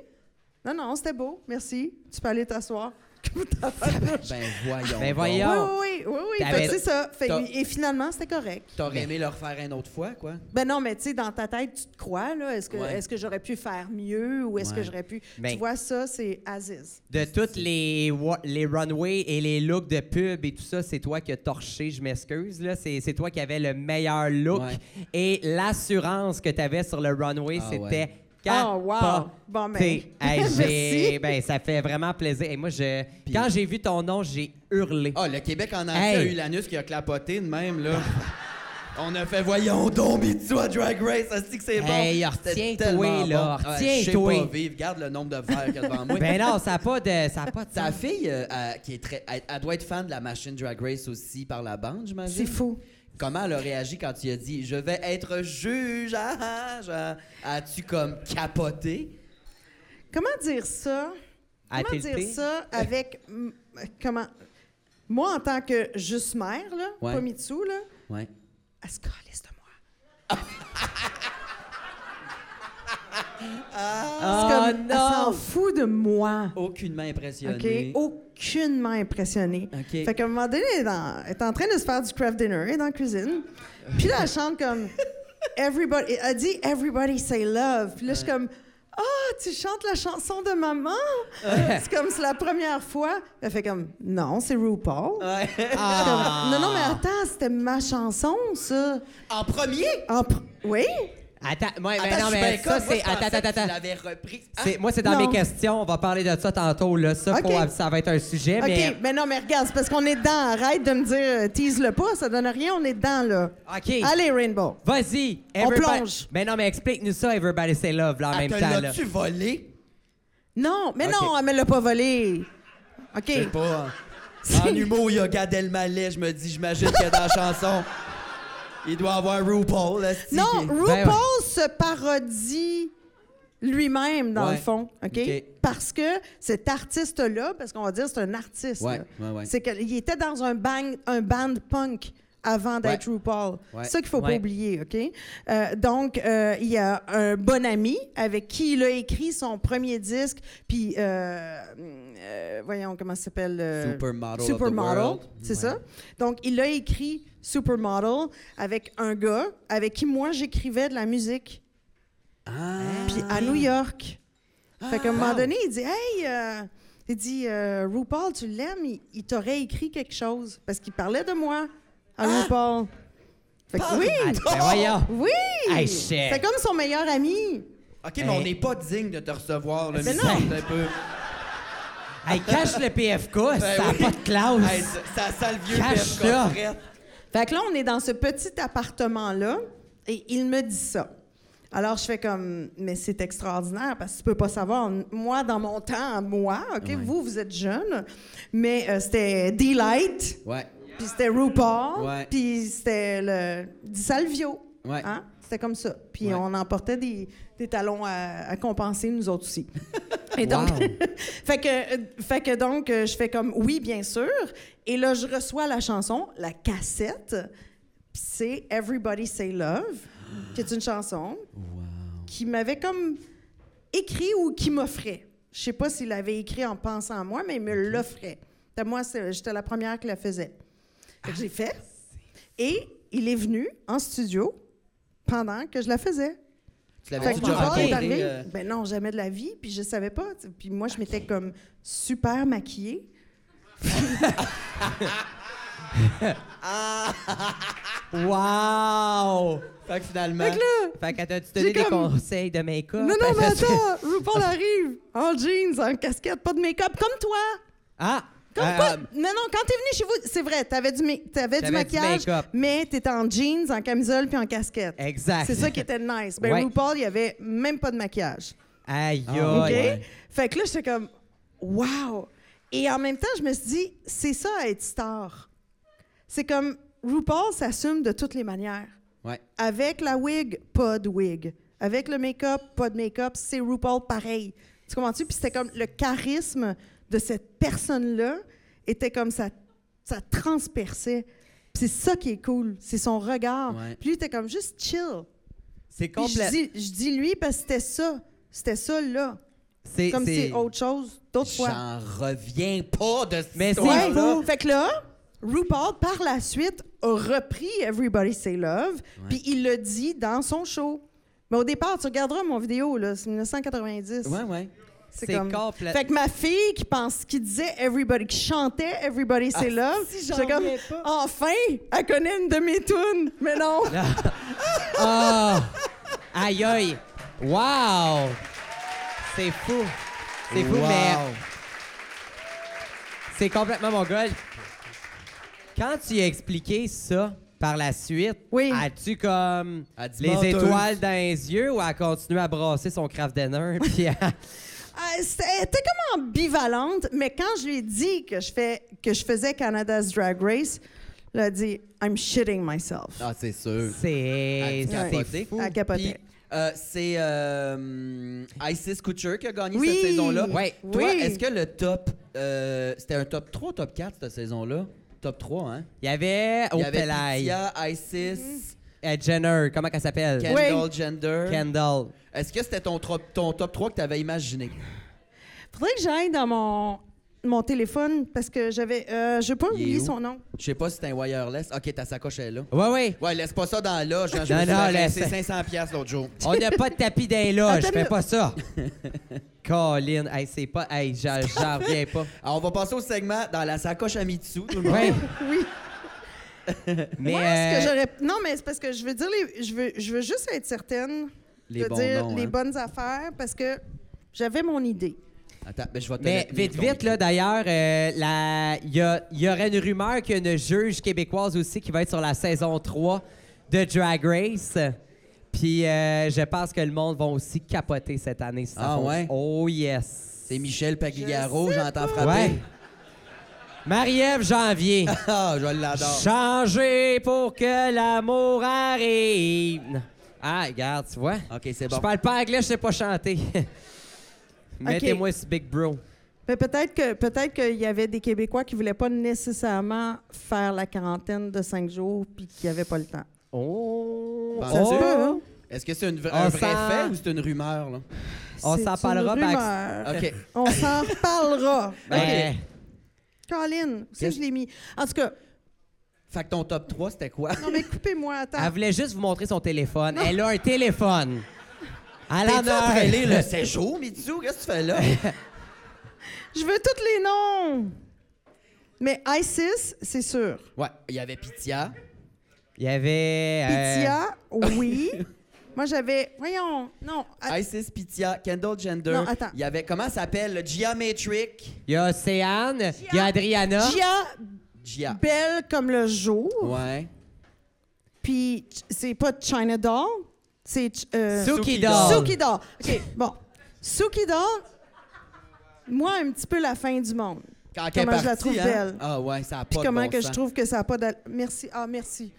S4: Non, non, c'était beau, merci. Tu peux aller t'asseoir. Comme t'as fait.
S2: Ben voyons.
S3: Ben
S2: donc.
S3: voyons.
S4: Oui, oui, oui, oui.
S3: T'avais-
S4: Fait que C'est ça. Fait que-
S2: t'as-
S4: et finalement, c'était correct.
S2: T'aurais aimé le refaire une autre fois, quoi?
S4: Ben non, mais tu sais, dans ta tête, tu te crois, là. Est-ce que,
S2: Ouais.
S4: est-ce que j'aurais pu faire mieux ou est-ce
S2: Ouais.
S4: que j'aurais pu.
S3: Ben-
S4: Tu vois, ça, c'est Aziz.
S3: de toutes les, wa- les runways et les looks de pub et tout ça, c'est toi qui as torché, je m'excuse. là. C'est c'est toi qui avais le meilleur look.
S2: Ouais.
S3: Et l'assurance que tu avais sur le runway,
S2: Ah
S3: c'était
S2: ouais.
S3: quand
S4: Oh, wow. Bon, ben, merci.
S3: ben, ça fait vraiment plaisir. Et moi, je, quand j'ai vu ton nom, j'ai hurlé.
S2: Ah, le Québec en entier
S3: Hey.
S2: a eu l'anus qui a clapoté de même, là. On a fait, voyons donc, mais tu vois, Drag Race, ça se dit que c'est bon.
S3: Hey,
S2: C'était
S3: retiens-toi,
S2: tellement
S3: là,
S2: bon. Ouais,
S3: retiens-toi.
S2: Je sais pas vivre, regarde le nombre de verres qu'il y a devant moi.
S3: Ben non, ça n'a pas de, ça a pas de
S2: Ta
S3: sens.
S2: fille, euh, elle- qui est très, elle, elle doit être fan de la machine Drag Race aussi par la bande, j'imagine.
S4: C'est fou.
S2: Comment elle a réagi quand tu as dit « Je vais être juge ah, ah, ah, As-tu comme capoté?
S4: Comment dire ça?
S3: À
S4: Comment
S3: tilter?
S4: dire ça avec. mm, comment. Moi, en tant que juste mère, là,
S2: Ouais.
S4: pas Mitsou, là,
S2: Ouais.
S4: elle se calisse de moi. C'est
S3: Oh
S4: comme, Elle s'en
S3: non!
S4: fout de moi.
S2: Aucunement
S4: OK?
S2: impressionnée.
S3: Oh.
S4: Aucunement impressionnée.
S2: OK.
S4: Fait qu'à un moment donné, elle est, dans- elle est en train de se faire du craft dinner, elle est dans la cuisine. Puis là, elle chante comme Everybody. Elle dit Everybody say love. Puis là, je suis comme Ah, tu chantes la chanson de maman? c'est comme c'est la première fois. Elle fait comme Non, c'est RuPaul.
S2: Ouais. Ah.
S4: Je suis comme, non, non, mais attends, c'était ma chanson, ça.
S2: En premier?
S4: En pr- oui?
S3: Attends, moi, ben
S2: Attends, je
S3: non,
S2: suis
S3: mais
S2: ben
S3: ça,
S2: conne. Moi,
S3: c'est...
S2: je pensais
S3: Attends,
S2: que
S3: attends,
S2: Tu
S3: attends.
S2: l'avais repris. Ah,
S3: C'est- Moi, c'est dans
S4: Non.
S3: mes questions. On va parler de ça tantôt. Là. Ça,
S4: OK.
S3: faut- ça va être un sujet,
S2: Eh
S4: OK, mais,
S3: mais...
S4: non, mais regarde, c'est parce qu'on est dedans. Arrête de me dire, euh, tease-le pas, ça donne rien, on est dedans, là.
S3: OK.
S4: Allez, Rainbow.
S3: Vas-y.
S4: On
S3: Everybody-
S4: plonge.
S3: Mais non, mais explique-nous ça, Everybody Say Love, là, en
S2: ah,
S3: même
S2: te
S3: temps. Là.
S2: l'as-tu volé?
S4: Non, mais non,
S3: OK.
S4: elle me l'a pas volé. OK.
S2: Je sais pas. En humour, il y a Gad Elmaleh. Je me dis, j'imagine que dans la chanson, il doit avoir RuPaul. là, c'est-
S4: Non,
S2: qui-
S4: RuPaul
S3: Ben ouais.
S4: se parodie lui-même, dans
S2: Ouais.
S4: le fond, OK?
S2: OK.
S4: Parce que cet artiste-là, parce qu'on va dire c'est un artiste,
S2: Ouais,
S4: là.
S2: ouais, ouais.
S4: c'est qu'il était dans un, bang, un band punk avant d'être
S2: Ouais.
S4: RuPaul.
S2: Ouais.
S4: C'est ça qu'il faut
S3: Ouais.
S4: pas oublier, OK? Euh, donc, euh, il y a un bon ami avec qui il a écrit son premier disque, puis, euh, euh, voyons, comment ça s'appelle? euh,
S2: Supermodel of the
S4: Supermodel,
S2: World.
S4: c'est ça? Donc, il a écrit Supermodel avec un gars avec qui moi j'écrivais de la musique.
S2: Ah.
S4: Puis à New York. Fait qu'à un moment donné, il dit Hey, euh, il dit euh, RuPaul, tu l'aimes, il, il t'aurait écrit quelque chose. Parce qu'il parlait de moi à
S2: Ah.
S4: RuPaul. Fait que oui!
S3: Attends, ben voyons.
S4: Oui!
S3: Hey, shit.
S4: C'est comme son meilleur ami.
S2: OK, mais on
S3: Hey.
S2: n'est pas digne de te recevoir. Là,
S4: Mais
S2: nous
S4: non.
S2: autres, un peu.
S3: Hey, cache le PFK.
S4: Ben
S3: ça n'a
S2: oui.
S3: pas de classe.
S2: Hey, ça- ça sent le vieux
S3: Cache
S2: Père
S3: ça.
S2: Coffret.
S4: Fait que là, on est dans ce petit appartement-là et il me dit ça. Alors, je fais comme, mais c'est extraordinaire parce que tu peux pas savoir. Moi, dans mon temps, moi, OK, vous, vous êtes jeune, mais euh, c'était Delight,
S2: Ouais.
S4: puis c'était RuPaul,
S2: Ouais.
S4: puis c'était le Di Salvio.
S2: Ouais.
S4: Hein? C'était comme ça. Puis
S2: Ouais.
S4: on emportait des, des talons à, à compenser, nous autres aussi. Et
S3: Wow.
S4: donc, fait, que, euh, fait que donc, euh, je fais comme oui, bien sûr. Et là, je reçois la chanson, la cassette. Puis Puis c'est Everybody Say Love, qui est une chanson qui m'avait comme écrit ou qui m'offrait. Je sais pas s'il l'avait écrit en pensant à moi, mais il me l'offrait. Fait que Moi, c'est- j'étais la première qui la faisait. Fait que j'ai fait. Et il est venu en studio pendant que je la faisais.
S2: Tu l'avais
S4: Fait
S2: dit
S4: que
S2: déjà
S4: mon père est
S2: rencontré.
S4: arrivé,
S2: euh,
S4: Ben non, jamais de la vie, puis je savais pas. tu sais. Puis moi, je m'étais comme super maquillée.
S3: Wow!
S2: euh? Fait que finalement.
S4: Fait que là,
S3: Fait que t'as-tu
S4: J'ai
S3: donné des
S4: comme-
S3: conseils de make-up?
S4: non, non, mais
S3: Parce que-
S4: attends, RuPaul arrive en jeans, en casquette, pas de make-up, comme toi.
S3: Ah!
S4: Comme
S3: Euh,
S4: quoi? Non, non, quand t'es venu chez vous, c'est vrai, t'avais du, ma-
S3: J'avais
S4: t'avais du
S3: du
S4: maquillage,
S3: make-up.
S4: mais t'étais en jeans, en camisole, puis en casquette.
S3: Exact.
S4: C'est ça qui était nice. Ben
S3: Ouais.
S4: RuPaul, il y avait même pas de maquillage.
S3: Aïe,
S2: Ah,
S4: OK?
S3: aïe.
S4: Fait que là, j'étais comme, wow! Et en même temps, je me suis dit, c'est ça être star. C'est comme, RuPaul s'assume de toutes les manières.
S2: Ouais.
S4: Avec la wig, pas de wig. Avec le make-up, pas de make-up. C'est RuPaul pareil. Tu comprends-tu? Puis c'était comme le charisme de cette personne-là était comme ça, ça transperçait. Puis c'est ça qui est cool. C'est son regard.
S2: Ouais.
S4: Puis lui, était comme juste chill.
S3: C'est
S4: Puis Je
S3: complètement...
S4: dis, je dis lui parce que c'était ça. C'était ça, là.
S3: C'est
S4: Comme
S3: c'est-
S4: c'est autre chose, d'autres fois.
S2: J'en reviens pas de cette
S3: Mais c'est
S4: Ouais.
S3: fou.
S4: Fait que là, RuPaul, par la suite, a repris Everybody Say Love, puis il le dit dans son show. Mais au départ, tu regarderas mon vidéo, là, c'est 1990.
S2: Ouais, ouais.
S3: C'est complète-
S4: Fait que ma fille qui pense, qui disait Everybody, qui chantait Everybody
S3: Ah,
S4: Say Love, j'étais comme, enfin, elle connaît une de mes tunes. Mais non.
S3: Ah! Aïe, aïe. Wow! C'est fou. C'est fou, mais... C'est complètement mon goal. Quand tu as expliqué ça par la suite,
S4: Oui.
S3: as-tu comme
S2: Elle dit
S3: les
S2: menteuse.
S3: étoiles dans les yeux ou elle continue à brasser son craft dinner? Puis ah, elle-
S4: Euh, c'était- Elle était comme ambivalente, mais quand je lui ai dit que je, fais, que je faisais Canada's Drag Race, elle a dit I'm shitting myself.
S2: Ah, c'est sûr.
S3: c'est
S2: Elle
S3: c'est
S2: capotait.
S3: fou.
S4: Elle capotait.
S2: Puis, euh, c'est euh, Isis Couture qui a gagné
S4: Oui.
S2: cette saison-là.
S4: Ouais.
S2: Toi,
S4: Oui.
S2: est-ce que le top. euh, C'était un top 3 top 4 cette saison-là? Top 3, hein?
S3: Il y avait
S2: Il y
S3: au
S2: avait
S3: Pelaï,
S2: Pitya,
S4: Mhm.
S2: Isis,
S3: euh, Jenner, comment elle s'appelle?
S2: Kendall Gender.
S3: Kendall.
S2: Est-ce que c'était ton, trop- ton top 3 que tu avais imaginé?
S4: Faudrait que j'aille dans mon, mon téléphone parce que j'avais. euh, je veux pas
S2: Il est
S4: oublier
S2: où?
S4: son nom.
S2: Je sais pas si c'est un wireless. Ok, ta sacoche est là.
S3: Ouais, ouais.
S2: Ouais, laisse pas ça dans là. Jean, je
S3: Oh. Non,
S2: me suis
S3: non,
S2: fait
S3: laisse.
S2: rincer 500 pièces l'autre jour.
S3: On n'a pas de tapis d'un loge,
S4: Attends
S3: fais
S4: une
S3: pas ça. Colin, hey, c'est pas. Hey, j'en j'en reviens pas.
S2: Alors, on va passer au segment dans la sacoche à Mitsu. Tout le monde.
S3: Ouais,
S4: Oui.
S3: mais.
S4: Moi, est-ce que
S3: euh,
S4: j'aurais. Non, mais c'est parce que je veux dire. les- je, veux, je veux juste être certaine
S2: Les
S4: de
S2: bons
S4: dire
S2: noms,
S4: les
S2: hein.
S4: bonnes affaires parce que j'avais mon idée.
S2: Attends, ben, je vais te
S3: Mais
S2: le tenir,
S3: vite,
S2: ton
S3: vite,
S2: micro.
S3: là, d'ailleurs, euh, la- il y, a- il y aurait une rumeur qu'il y a une juge québécoise aussi qui va être sur la saison 3 de Drag Race. Puis euh, je pense que le monde va aussi capoter cette année. si ça
S2: Ah,
S3: fonce.
S2: ouais?
S3: Oh yes.
S2: C'est Michel Pagliaro, j'entends
S3: Ouais.
S2: frapper.
S3: Marie-Ève Janvier.
S2: Ah, je l'adore.
S3: Changer pour que l'amour arrive. Ah, regarde, tu vois.
S2: OK, c'est
S3: Je
S2: bon.
S3: parle pas anglais, je sais pas chanter. Mettez-moi ce Big Bro.
S4: Mais peut-être que peut-être qu'il y avait des Québécois qui voulaient pas nécessairement faire la quarantaine de cinq jours puis qui n'avaient pas le temps.
S3: Oh!
S2: Ça
S4: Ça se
S3: Oh!
S4: peut, hein?
S2: Est-ce que c'est une vra-
S3: On
S2: un vrai
S3: sent-
S2: fait ou c'est une rumeur, là?
S3: On
S4: C'est
S3: s'en
S4: une
S3: parlera, ben,
S4: rumeur.
S2: OK.
S4: On s'en reparlera.
S3: Ben,
S4: Colin, ça,
S2: Qu'est-ce-
S4: je l'ai mis. En tout cas,
S2: Fait que ton top 3, c'était quoi?
S4: non, mais coupez-moi,
S3: elle
S4: attends.
S3: voulait juste vous montrer son téléphone. Elle a un téléphone. Elle en
S2: T'es-tu en
S3: a
S2: train de lire
S3: un.
S2: le séjour, Mitsu? Qu'est-ce que tu fais là?
S4: Je veux tous les noms. Mais Isis, c'est sûr.
S2: Ouais, il y avait Pitya.
S3: Il y avait. euh,
S4: Pitya, oui. Moi, j'avais. Voyons, non. à-
S2: Isis Pitya, Kendall Gender.
S4: Non, attends.
S2: Il y avait, comment ça s'appelle? le Geometric.
S3: Il y a Océane. Il y a Adriana.
S4: Gia,
S2: Gia.
S4: belle comme le jour.
S2: Ouais.
S4: Puis, ch- c'est pas China Doll, c'est. ch- euh,
S3: Suki
S2: Doll.
S3: Doll.
S4: Suki Doll. OK, bon. Suki Doll, moi, un petit peu la fin du monde.
S2: Quand
S4: Comment
S2: elle est
S4: je la
S2: partie,
S4: trouve
S2: hein?
S4: belle.
S2: Ah ouais, ça a pas
S4: Puis
S2: de
S4: comment
S2: bon
S4: que je
S2: sens.
S4: trouve que ça n'a pas d'al- Merci. Ah, merci.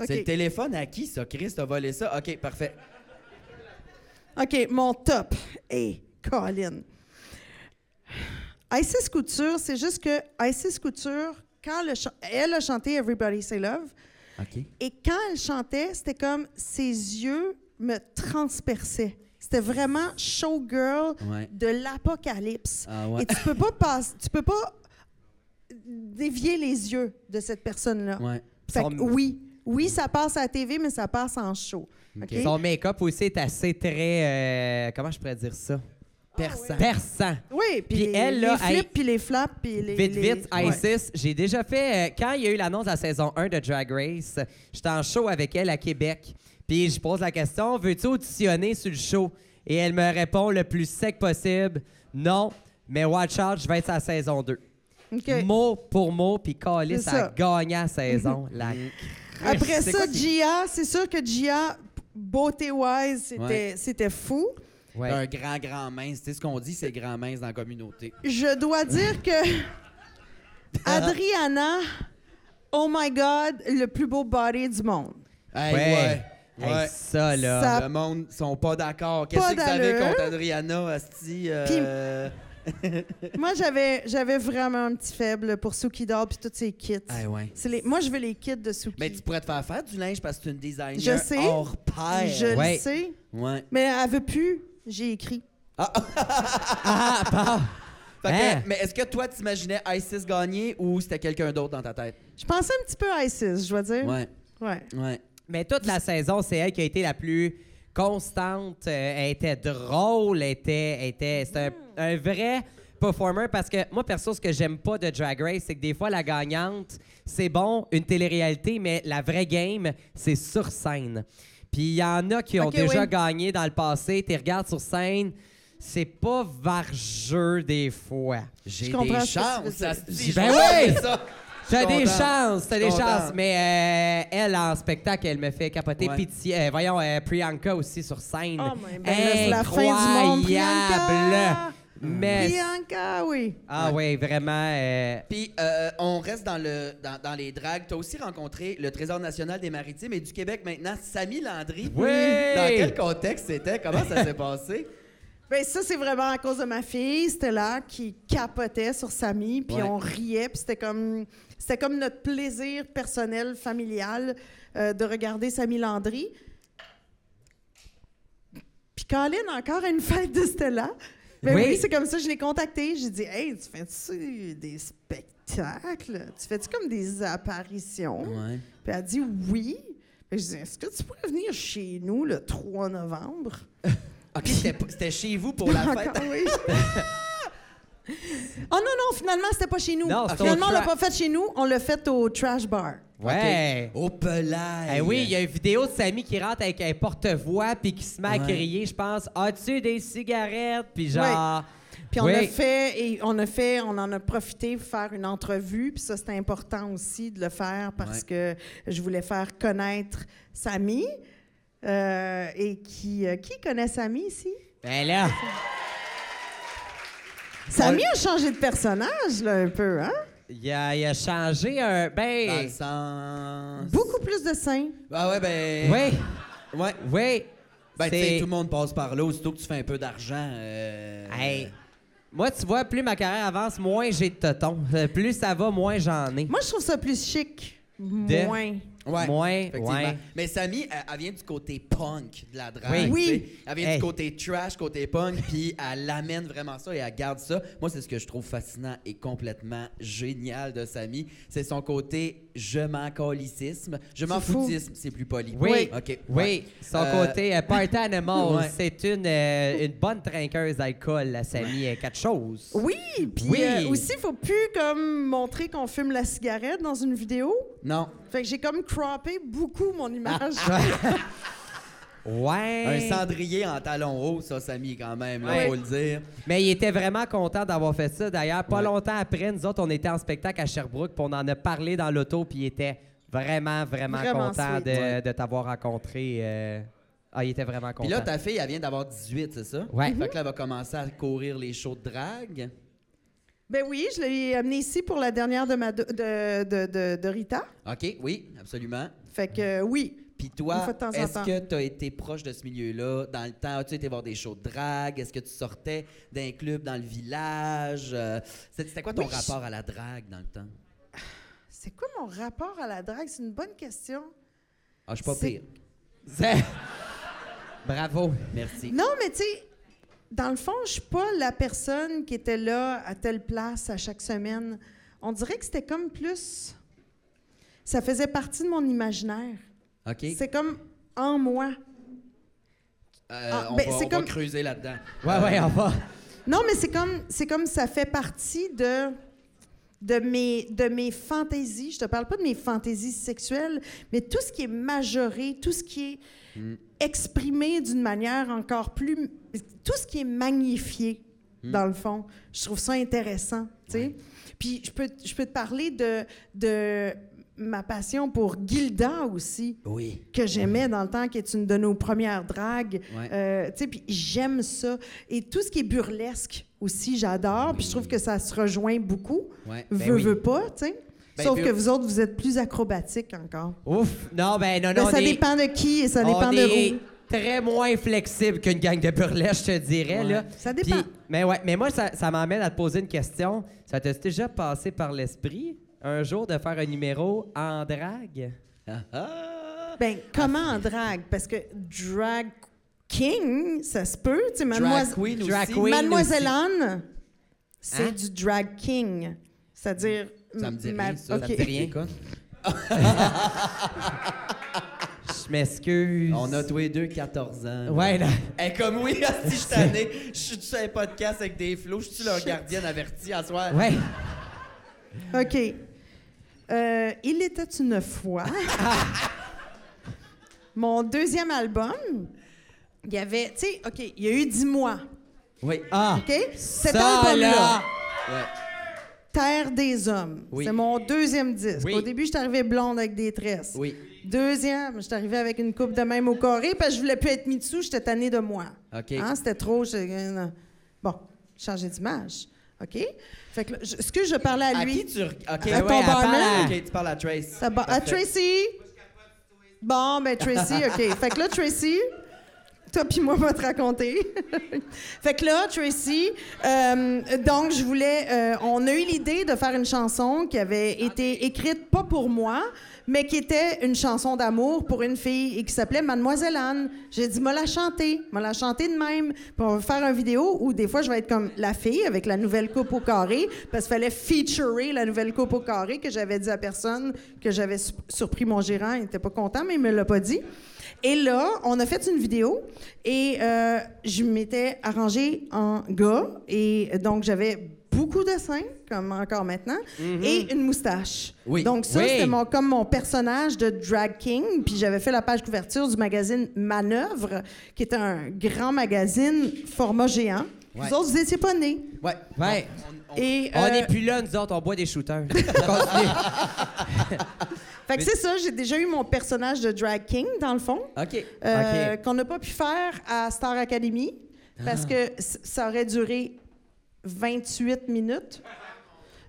S4: OK.
S2: C'est le téléphone à qui, ça? Chris, t'as volé ça? OK, parfait.
S4: OK, mon top. Hey, Colin. Isis Couture, c'est juste que Isis Couture, quand le cha- elle a chanté Everybody Say Love,
S2: OK.
S4: Et quand elle chantait, c'était comme ses yeux me transperçaient. C'était vraiment showgirl
S2: Ouais.
S4: de l'apocalypse.
S2: Ah ouais.
S4: Et tu peux pas passer, tu peux pas dévier les yeux de cette personne-là.
S2: Ouais.
S4: Fait que
S3: Son-
S4: oui, oui, ça passe à la TV, mais ça passe en show. OK?
S3: Son make-up aussi est assez très. euh, comment je pourrais dire ça?
S2: Ah
S3: Perçant. Perçant.
S4: Oui, puis
S3: Puis
S4: les,
S3: elle, là,
S4: les flips,
S3: elle-
S4: puis les flaps, puis les...
S3: Vite,
S4: les-
S3: vite,
S4: Ouais.
S3: Isis, j'ai déjà fait. euh, quand il y a eu l'annonce de la saison 1 de Drag Race, j'étais en show avec elle à Québec. Puis je pose la question Veux-tu auditionner sur le show Et elle me répond le plus sec possible Non, mais watch out, je vais être sa saison 2.
S4: OK.
S3: Mot pour mot, puis Calis
S4: C'est
S3: a
S4: ça.
S3: gagné la saison. la
S4: Après
S3: C'est
S4: ça,
S3: quoi qui-
S4: Gia, c'est sûr que Gia, beauté-wise, c'était
S2: Ouais.
S4: c'était fou.
S3: Ouais.
S2: Un grand, grand mince. Tu sais, ce qu'on dit, c'est grand mince dans la communauté.
S4: Je dois dire que Adriana, oh my God, le plus beau body du monde.
S2: Hey,
S3: Ouais.
S2: ouais.
S3: Hey,
S2: Ouais.
S3: ça, là.
S4: Ça-
S2: Le monde sont pas d'accord. Qu'est-ce que vous avez
S4: d'allure.
S2: contre Adriana, Asti? euh,
S4: Moi, j'avais j'avais vraiment un petit faible pour Suki Doll puis tous ses kits.
S2: Ah ouais.
S4: C'est les- Moi, je veux les kits de Suki.
S2: Mais Ben, tu pourrais te faire faire du linge parce que tu es une designer
S4: Je sais.
S2: hors pair.
S4: Je
S3: Ouais.
S4: le sais,
S2: Ouais.
S4: mais elle veut plus. J'ai écrit.
S2: Fait que-
S3: Hein?
S2: Mais est-ce que toi, t'imaginais Isis gagner ou c'était quelqu'un d'autre dans ta tête?
S4: Je pensais un petit peu à Isis, je dois dire.
S2: Ouais.
S4: Ouais.
S2: Ouais.
S3: Mais toute la saison, c'est elle qui a été la plus constante. Euh, elle était drôle, elle était. elle était c'est un,
S4: Mm.
S3: un vrai performer parce que moi, perso, ce que j'aime pas de Drag Race, c'est que des fois, la gagnante, c'est bon, une télé-réalité, mais la vraie game, c'est sur scène. Puis il y en a qui ont
S4: Ok,
S3: déjà
S4: oui.
S3: gagné dans le passé, tu regardes sur scène, c'est pas vargeux des fois.
S2: J'ai
S4: Je
S2: des
S4: comprends ce que tu veux
S2: chances,
S4: dire.
S2: Asti. je
S3: Ben oui!
S2: sais ça.
S3: T'as
S2: Je suis
S3: des
S2: content.
S3: chances, t'as
S2: Je
S3: des
S2: suis
S3: chances.
S2: content.
S3: Mais euh, elle, en spectacle, elle me fait capoter.
S2: Ouais.
S3: Pitié. euh, voyons, euh, Priyanka aussi sur scène.
S4: Oh my- ben là, c'est la fin du monde, Priyanka!
S3: Mais.
S4: Bianca, oui.
S3: Ah oui, vraiment. euh,
S2: Puis, euh, on reste dans, le, dans, dans les dragues. Tu as aussi rencontré le Trésor national des maritimes et du Québec maintenant, Samy Landry.
S3: Oui!
S2: Dans quel contexte c'était? Comment ça s'est passé?
S4: Ben ça, c'est vraiment à cause de ma fille, Stella, qui capotait sur Samy, puis
S2: Ouais.
S4: on riait, puis c'était comme, c'était comme notre plaisir personnel, familial, euh, de regarder Samy Landry. Puis Colin, encore à une fête de Stella. Ben
S3: Oui.
S4: oui, c'est comme ça, je l'ai contactée. J'ai dit, « Hey, tu fais-tu des spectacles? Tu fais-tu comme des apparitions?
S2: Ouais.
S4: Puis elle dit oui. Puis je dis, est-ce que tu pourrais venir chez nous le 3 novembre?
S2: OK, c'était pas- c'était chez vous pour la fête.
S4: Encore, oui. oh non, non, finalement, c'était pas chez nous.
S3: Non, c'était
S4: finalement,
S3: au
S4: on l'a
S3: tra-
S4: pas fait chez nous, on l'a fait au trash bar.
S2: OK.
S3: Ouais.
S2: Oh Au pelage.
S3: Eh oui, il y a une vidéo de Samy qui rentre avec un porte-voix puis qui se met à
S2: Ouais.
S3: crier, je pense, as-tu des cigarettes? Puis genre.
S4: Puis on
S3: Oui.
S4: a fait, et on a fait, on en a profité pour faire une entrevue. Puis ça, c'était important aussi de le faire parce que je voulais faire connaître Samy. Euh, et qui, euh, qui connaît Samy ici?
S3: Ben là.
S4: Samy a changé de personnage, là, un peu, hein?
S3: Il a, il a changé un. Ben.
S2: Dans le sens...
S4: Beaucoup plus de seins.
S2: Ah ouais, ben...
S3: Oui,
S2: Ouais.
S3: oui.
S2: Ben, tu
S3: C'est-
S2: sais, tout le monde passe par là. Aussitôt que tu fais un peu d'argent... euh,
S3: Hey, moi, tu vois, plus ma carrière avance, moins j'ai de totons. Euh, Plus ça va, moins j'en ai.
S4: Moi, je trouve ça plus chic.
S3: De-
S4: Moins.
S2: Ouais.
S3: Moins,
S2: effectivement.
S3: ouais.
S2: Mais Samy, elle, elle vient du côté punk de la
S3: Oui.
S2: drague.
S4: Oui.
S2: tu sais. Elle vient
S3: Hey.
S2: du côté trash, côté punk, puis elle amène vraiment ça et elle garde ça. Moi, c'est ce que je trouve fascinant et complètement génial de Samy. C'est son côté je m'en calicisme. Je m'en
S4: C'est fou.
S2: foutisme, c'est plus poli.
S3: Oui,
S2: OK.
S3: oui.
S2: ouais.
S3: Son
S2: Euh,
S3: côté euh, party animal,
S2: Ouais.
S3: c'est une, euh, une bonne trinqueuse d'alcool, la Samy, euh, quatre choses.
S4: Oui, puis
S3: Oui.
S4: euh, aussi, il faut plus comme montrer qu'on fume la cigarette dans une vidéo.
S2: Non.
S4: Fait que j'ai comme croppé beaucoup mon image.
S3: Ouais.
S2: Un cendrier en talon haut, ça, Samy, quand même, là,
S3: Ouais.
S2: faut le dire.
S3: Mais il était vraiment content d'avoir fait ça. D'ailleurs, pas
S2: Ouais.
S3: longtemps après, nous autres, on était en spectacle à Sherbrooke, puis on en a parlé dans l'auto, puis il était vraiment, vraiment,
S4: Vraiment
S3: content
S4: sweet.
S3: de,
S2: Ouais.
S3: de t'avoir rencontré. euh. Ah, il était vraiment content.
S2: Puis là, ta fille, elle vient d'avoir 18, c'est ça?
S3: Ouais.
S2: Fait que là, elle va commencer à courir les shows de drague.
S4: ben oui, je l'ai amené ici pour la dernière de, ma do- de, de, de- de Rita.
S2: OK, oui, absolument.
S4: Fait que euh, oui.
S2: Puis
S4: Une
S2: toi,
S4: fois de temps en
S2: est-ce
S4: temps.
S2: que tu as été proche de ce milieu-là dans le temps? As-tu été voir des shows de drague? Est-ce que tu sortais d'un club dans le village? Euh, c'est- C'était quoi ton
S4: Oui, je-
S2: rapport à la drague dans le temps?
S4: C'est quoi mon rapport à la drague? C'est une bonne question.
S5: Ah, je suis pas
S4: C'est-
S5: pire.
S3: C'est- Bravo.
S5: Merci.
S4: Non, mais tu sais, dans le fond, je suis pas la personne qui était là à telle place à chaque semaine. On dirait que c'était comme plus. Ça faisait partie de mon imaginaire.
S5: OK.
S4: C'est comme en moi.
S5: Euh,
S4: Ah,
S5: on
S4: ben,
S5: va,
S4: c'est
S5: on va
S4: comme-
S5: creuser là-dedans.
S3: Ouais, ouais, on va.
S4: Non, mais c'est comme, c'est comme ça fait partie de, de, mes, de mes fantaisies. Je te parle pas de mes fantaisies sexuelles, mais tout ce qui est majoré, tout ce qui est exprimé d'une manière encore plus... Tout ce qui est magnifié, dans le fond, je trouve ça intéressant, tu sais. Puis je peux, je peux te parler de, de ma passion pour Gilda aussi
S5: Oui.
S4: que j'aimais dans le temps, qui est une de nos premières dragues.
S5: Ouais.
S4: Euh, tu sais, puis j'aime ça. Et tout ce qui est burlesque aussi, j'adore. Puis je trouve que ça se rejoint beaucoup.
S5: Ouais, ben
S4: Veux,
S5: oui.
S4: veux pas, tu sais.
S5: Ben,
S4: Sauf
S5: bur-
S4: que vous autres, vous êtes plus acrobatiques encore.
S3: Ouf. Non, ben non, non.
S4: Mais ça
S3: on est-
S4: dépend de qui et ça
S3: on
S4: dépend
S3: est
S4: de où.
S3: Très moins flexible qu'une gang de burlesques, je te dirais.
S4: Ouais.
S3: Là.
S4: Ça dépend.
S3: Puis- mais ouais, mais moi, ça, ça m'amène à te poser une question. Ça t'a déjà passé par l'esprit un jour de faire un numéro en drague?
S5: Ah, ah.
S4: Ben, comment en drague? Parce que drag king, ça se peut. Tu sais, mademois-
S5: Drag queen
S3: Drag
S5: aussi.
S3: queen
S4: Mademoiselle Anne, c'est
S3: Hein?
S4: du drag king. C'est-à-dire...
S5: Ça me dit
S4: ma-
S5: rien, ça. Ça me
S4: OK.
S5: dit rien.
S3: Je m'excuse.
S5: On a tous les deux 14 ans.
S3: Ouais, là.
S5: Eh, comme oui, si je suis tanné, je suis sur un podcast avec des flots, je suis leur gardienne avertie à soir.
S3: Ouais.
S4: OK. Euh, il était une fois. Mon deuxième album, il y avait, tu sais, OK, il y a eu 10 mois.
S5: Oui. Ah,
S3: Ah.
S4: OK? Cet
S3: Ça,
S4: album-là,
S3: là.
S4: Terre des hommes,
S5: Oui.
S4: c'est mon deuxième disque.
S5: Oui.
S4: Au début, je suis arrivée blonde avec des tresses.
S5: Oui.
S4: Deuxième, je suis arrivée avec une coupe de même au carré parce que je voulais plus être mis dessous, j'étais tannée de moi.
S5: OK.
S4: Hein, C'était trop. je- Bon, changer d'image. OK? Fait que là, je- ce que je parlais à
S5: À qui
S4: lui.
S5: tu... re- OK,
S4: ton
S5: ouais, elle parle à-
S4: barman.
S5: OK, tu parles à Trace.
S4: Ça ba- ah,
S5: Parfait.
S4: Tracy! Bon, ben Tracy, OK. Fait que là, Tracy, toi puis moi, on va te raconter. fait que là, Tracy, euh, donc je voulais... euh, on a eu l'idée de faire une chanson qui avait été écrite pas pour moi, mais qui était une chanson d'amour pour une fille et qui s'appelait Mademoiselle Anne. J'ai dit, m'a la chanter, m'a la chanter de même. Puis on va faire une vidéo où des fois, je vais être comme la fille avec la nouvelle coupe au carré, parce qu'il fallait featurer la nouvelle coupe au carré que j'avais dit à personne, que j'avais su- surpris mon gérant. Il n'était pas content, mais il me l'a pas dit. Et là, on a fait une vidéo et euh, je m'étais arrangée en gars et donc j'avais beaucoup de seins, comme encore maintenant, et une moustache.
S5: Mhm. Oui.
S4: Donc ça,
S3: Oui.
S4: c'était mon- comme mon personnage de drag king. Puis j'avais fait la page couverture du magazine Manœuvre, qui est un grand magazine format géant.
S5: Ouais.
S4: Vous autres, vous n'étiez pas nés.
S5: Ouais.
S3: Ouais.
S5: On- on-
S4: Et,
S3: On
S4: euh,
S3: n'est plus là, nous autres, on boit des shooters. Continue.
S4: Fait que c'est ça, j'ai déjà eu mon personnage de drag king, dans le fond.
S5: OK.
S4: euh,
S3: OK. Ah.
S4: qu'on n'a pas pu faire à Star Academy parce que c- ça aurait duré 28 minutes.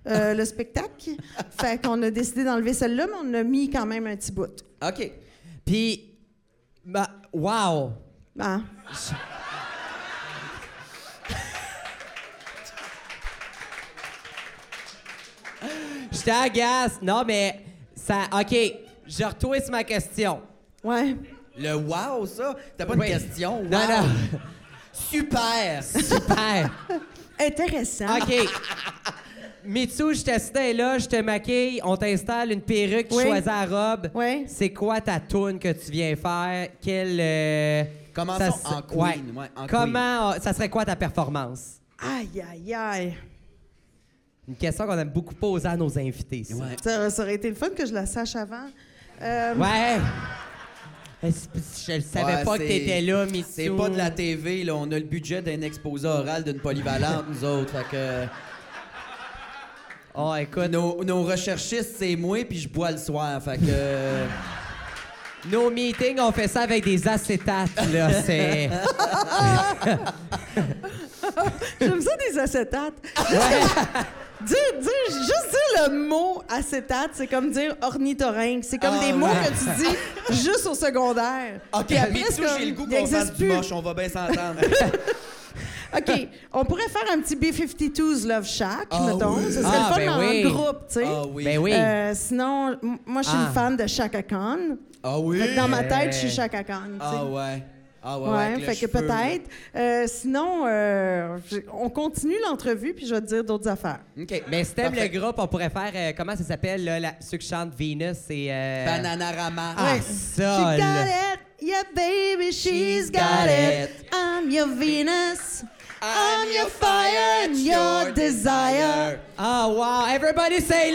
S4: euh, le spectacle. Fait qu'on a décidé d'enlever celle-là, mais on a mis quand même un petit bout.
S5: OK.
S3: Puis, bah, wow.
S4: Ah.
S3: Je t'agace. Non, mais ça. OK. Je retwist ma question.
S4: Ouais.
S5: Le wow, Ah, oh, ça, t'as pas une
S3: Oui.
S5: question.
S3: Non,
S5: wow.
S3: non.
S5: Super.
S3: Super.
S4: Intéressant.
S3: OK. Mitsou, je t'assistais là, je te maquille, on t'installe une perruque, tu
S4: Oui.
S3: choisis la robe.
S4: Oui.
S3: C'est quoi ta toune que tu viens faire? Quelle. euh,
S5: Commençons
S3: ça se-
S5: en queen, ouais, en
S3: Comment. euh, ça serait quoi ta performance?
S4: Aïe, aïe, aïe.
S3: Une question qu'on aime beaucoup poser à nos invités. ça.
S5: Ouais.
S4: Ça, ça aurait été le fun que je la sache avant. Euh,
S3: Ouais. Est-ce que Je le savais
S5: Ouais,
S3: pas que
S5: c'est-
S3: t'étais là, Mitsou.
S5: C'est pas de la TV, là. On a le budget d'un exposé oral d'une polyvalente, nous autres. Fait que.
S3: Oh, écoute.
S5: Nos, nos recherchistes, c'est moi, puis je bois le soir. Fait que.
S3: Nos meetings, on fait ça avec des acétates, là. C'est.
S4: J'aime ça des acétates. dire, dire- juste dire le mot acétate, c'est comme dire ornithorynque. C'est comme
S5: Ah,
S4: des mots
S5: ouais.
S4: que tu dis juste au secondaire.
S5: OK,
S2: Ah,
S4: Puis après,
S5: après
S4: c'est
S5: tout,
S4: comme,
S5: j'ai le goût
S4: il
S5: qu'on fasse
S4: existe
S5: du
S4: plus.
S5: moche, on va bien s'entendre.
S4: OK, on pourrait faire un petit B-52's Love Shack,
S2: Ah
S4: mettons.
S2: oui.
S4: Ce serait
S3: Ah,
S4: le fun
S3: ben
S4: en
S3: oui.
S4: groupe, tu sais.
S2: Ah oui.
S3: Ben oui.
S4: Euh, sinon, m- moi, je suis
S3: Ah.
S4: une fan de Chaka Khan.
S2: Ah oui.
S4: Fait que dans ma tête, je suis
S3: Ouais.
S4: Chaka Khan. tu sais.
S2: Ah ouais. Ah ouais.
S4: Ouais,
S2: ouais, avec le
S4: fait que
S2: cheveu, là.
S4: peut-être. Euh, sinon, euh, je- on continue l'entrevue, puis je vais te dire d'autres affaires.
S2: OK.
S3: Mais si t'aimes le
S2: Parfait.
S3: groupe, on pourrait faire. euh, comment ça s'appelle, là, la, ceux qui chantent Venus? C'est. euh,
S2: Bananarama.
S3: Ah,
S2: Ouais.
S3: ça, là.
S4: She got it, yeah baby, she's got it. I'm your Venus, I'm your fire and your desire.
S3: Ah, wow! Everybody say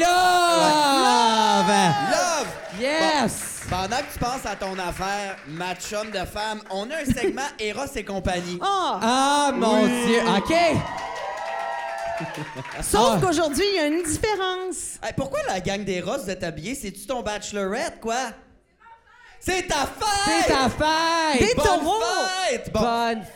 S3: love!
S2: Love!
S3: Yes!
S2: Pendant que tu penses à ton affaire, ma chum de femme, on a un segment Eros et compagnie.
S4: Oh,
S3: Ah, mon Dieu! OK!
S4: sauf
S3: ah.
S4: qu'aujourd'hui, il y a une différence.
S2: Hey, pourquoi la gang d'Eros vous êtes habillés? C'est-tu ton bachelorette, quoi? C'est ta fête!
S3: C'est ta
S4: Des
S3: fête!
S2: Bonne
S4: taureaux!
S2: fête! Bon,
S3: Bonne fête!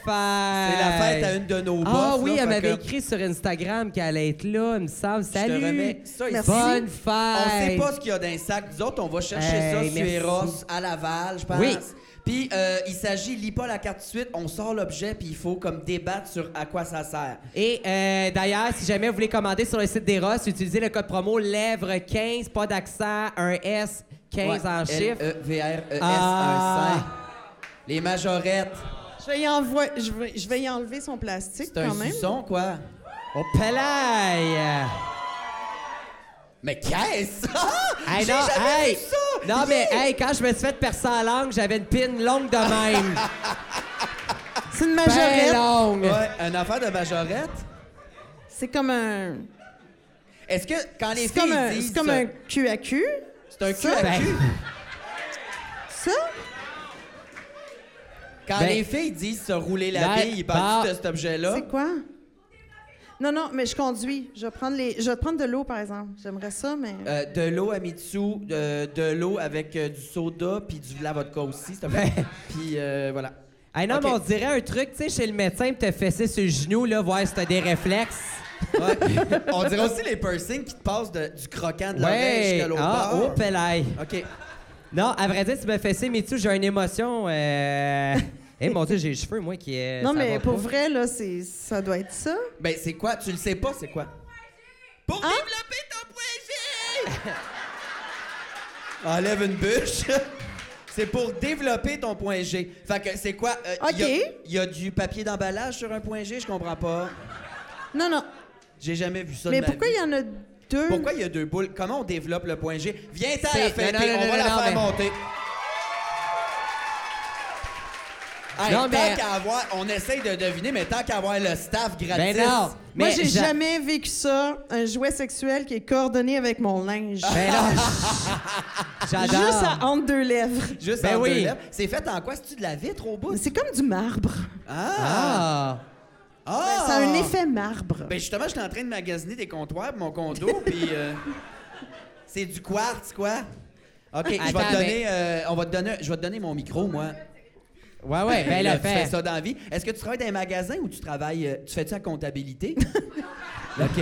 S2: c'est la fête à une de nos boss.
S3: Ah oui,
S2: là,
S3: elle
S2: fait que
S3: m'avait écrit sur Instagram qu'elle allait être là, il me semble.
S2: Je
S3: Salut!
S2: te remets ça ici.
S4: Merci.
S3: Bonne fête!
S2: On sait pas ce qu'il y a dans les sacs. Nous autres, on va chercher
S3: Hey,
S2: ça sur
S3: merci.
S2: Eros à Laval, je pense.
S3: Oui.
S2: Puis euh, il s'agit, lis pas la carte tout de suite, on sort l'objet, puis il faut comme débattre sur à quoi ça sert.
S3: Et euh, d'ailleurs, si jamais vous voulez commander sur le site d'Eros, utilisez le code promo lèvres15, pas d'accent, un S, 15 en chiffre.
S2: v r e s
S3: Ah.
S2: Les majorettes.
S4: Je vais y, envoi- je vais, je vais y enlever son plastique
S2: C'est un
S4: quand même.
S2: suçon, quoi.
S3: Oh, pelaille!
S2: Mais qu'est-ce que ça?
S3: Hey,
S2: J'ai
S3: non,
S2: jamais
S3: hey!
S2: vu ça!
S3: Non, mais hey, quand je me suis fait percer la langue, j'avais une pine longue de même.
S4: C'est une
S3: Très
S4: majorette.
S3: longue.
S2: Ouais, une affaire de majorette.
S4: c'est comme un.
S2: Est-ce que quand les
S4: C'est
S2: filles
S4: comme un,
S2: disent...
S4: c'est comme un cul à cul.
S2: C'est un cul
S4: ça?
S2: à
S3: Ben,
S2: cul.
S4: Ça?
S2: Quand
S3: ben-
S2: les filles disent se rouler la
S3: Ben,
S2: bille, ils parlent
S3: bah-
S2: de cet objet-là.
S4: C'est quoi? Non, non, mais je conduis. Je vais prendre, les... je vais prendre de l'eau, par exemple. J'aimerais ça, mais.
S2: Euh, de l'eau à Mitsu, euh, de l'eau avec euh, du soda puis du la vodka aussi, s'il te plaît.
S4: Ben.
S2: puis euh, voilà.
S3: hey, non,
S2: Ok.
S3: mais on dirait un truc, tu sais, chez le médecin, pis te fesser sur le genou, là, voir si t'as des réflexes.
S2: Ouais. On dirait aussi les piercings qui te passent de- du croquant de l'oreille
S3: Ouais!
S2: jusqu'à l'autre
S3: Ah, oh,
S2: bord.
S3: pelaille!
S2: OK.
S3: Non, à vrai dire, tu me fessé, mais tu j'ai une émotion. Euh... Eh mon Dieu, j'ai les cheveux, moi, qui euh, est.
S4: non, mais pour vrai, là, c'est... ça doit être ça.
S2: Ben, c'est quoi? Tu le sais pas, c'est quoi? Pour
S4: Hein?
S2: développer ton point G! Enlève une bûche. c'est pour développer ton point G. Fait que c'est quoi? Euh,
S4: OK.
S2: Il y a- il y, a du papier d'emballage sur un point G, je comprends pas.
S4: Non, non.
S2: J'ai jamais vu ça
S4: mais
S2: de ma
S4: pourquoi
S2: vie.
S4: il y en a deux?
S2: Pourquoi il y a deux boules? Comment on développe le point G? Viens-t'en à la
S3: C'est-
S2: fête,
S3: non, non,
S2: on
S3: non,
S2: va
S3: non,
S2: la
S3: non,
S2: faire
S3: mais-
S2: monter. Hey,
S3: Non,
S2: tant
S3: mais-
S2: qu'à avoir, on essaye de deviner, mais tant qu'à avoir le staff gratis.
S3: Ben non!
S4: Moi,
S3: Mais
S4: j'ai
S3: j'a-
S4: jamais vécu ça, un jouet sexuel qui est coordonné avec mon linge.
S3: Ben non!
S4: Juste
S3: J'adore!
S4: à, entre deux lèvres.
S2: Juste
S3: Ben
S2: en
S3: oui.
S2: deux lèvres. C'est fait en quoi? C'est-tu de la vitre au bout?
S4: C'est comme du marbre.
S2: Ah!
S3: Ah!
S2: Ah!
S4: Ça a un effet marbre.
S2: Ben justement, j'étais en train de magasiner des comptoirs pour mon condo, puis euh, c'est du quartz, quoi. OK, je vais
S3: Attends,
S2: te donner... euh, on va te donner... Je vais te donner mon micro, moi.
S3: Ouais, ouais, ben elle a
S2: Là, Tu fais
S3: fait.
S2: ça dans la vie. Est-ce que tu travailles dans un magasin ou tu travailles... euh, tu fais-tu la comptabilité? OK.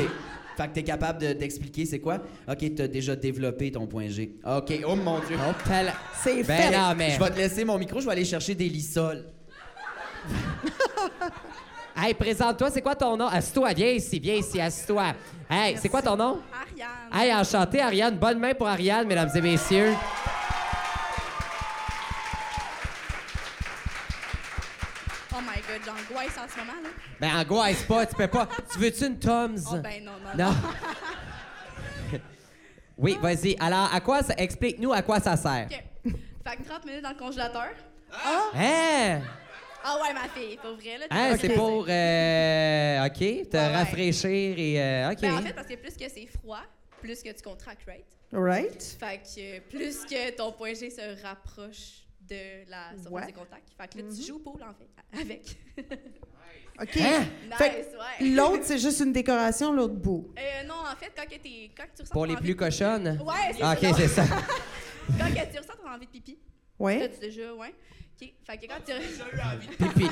S2: Fait que t'es capable de- d'expliquer c'est quoi? OK, t'as déjà développé ton point G. OK, oh mon Dieu.
S3: Oh, pela-
S4: C'est
S3: Ben
S4: fait.
S3: non, mais.
S2: Je vais te laisser mon micro, je vais aller chercher des lissoles.
S3: Hey, présente-toi, c'est quoi ton nom? Assis-toi, viens ici, viens ici, assis-toi. Hey, c'est quoi ton nom?
S6: Ariane.
S3: Hey, enchantée, Ariane. Bonne main pour Ariane, mesdames et messieurs.
S6: Oh my god, j'angoisse en ce moment là.
S3: Ben, angoisse pas, tu peux pas. Tu veux-tu une Tom's?
S6: Oh ben non, non.
S3: Non. oui, vas-y. Alors, à quoi ça... explique-nous à quoi ça sert.
S6: OK. Fait que 30 minutes dans le congélateur.
S3: Hein?
S6: Ah ouais, ma fille, pour vrai là. tu
S3: Hein,
S6: vas
S3: c'est
S6: réaliser.
S3: pour, euh, OK, te
S6: Ouais.
S3: rafraîchir et... euh, OK.
S6: Ben, en fait, parce que plus que c'est froid, plus que tu contractes, right?
S4: Right?
S6: Fait que euh, plus que ton point G se rapproche de la surface
S4: Ouais.
S6: de contact. Fait que là, tu joues au pôle en fait, avec.
S4: OK.
S3: Hein?
S6: nice,
S4: Fait
S6: ouais.
S4: L'autre, c'est juste une décoration, l'autre bout.
S6: Euh, non, en fait, quand que, t'es- quand que tu ressens
S3: Pour
S6: ton
S3: les
S6: envie
S3: plus
S6: de-
S3: cochonnes?
S6: Ouais, c'est
S3: Ah,
S6: ça.
S3: OK, c'est ça.
S6: Quand que tu ressens ton envie de pipi,
S4: Ouais.
S3: Eh?
S6: là, tu déjà, ouais. OK. Fait que quand tu.
S3: Pipi.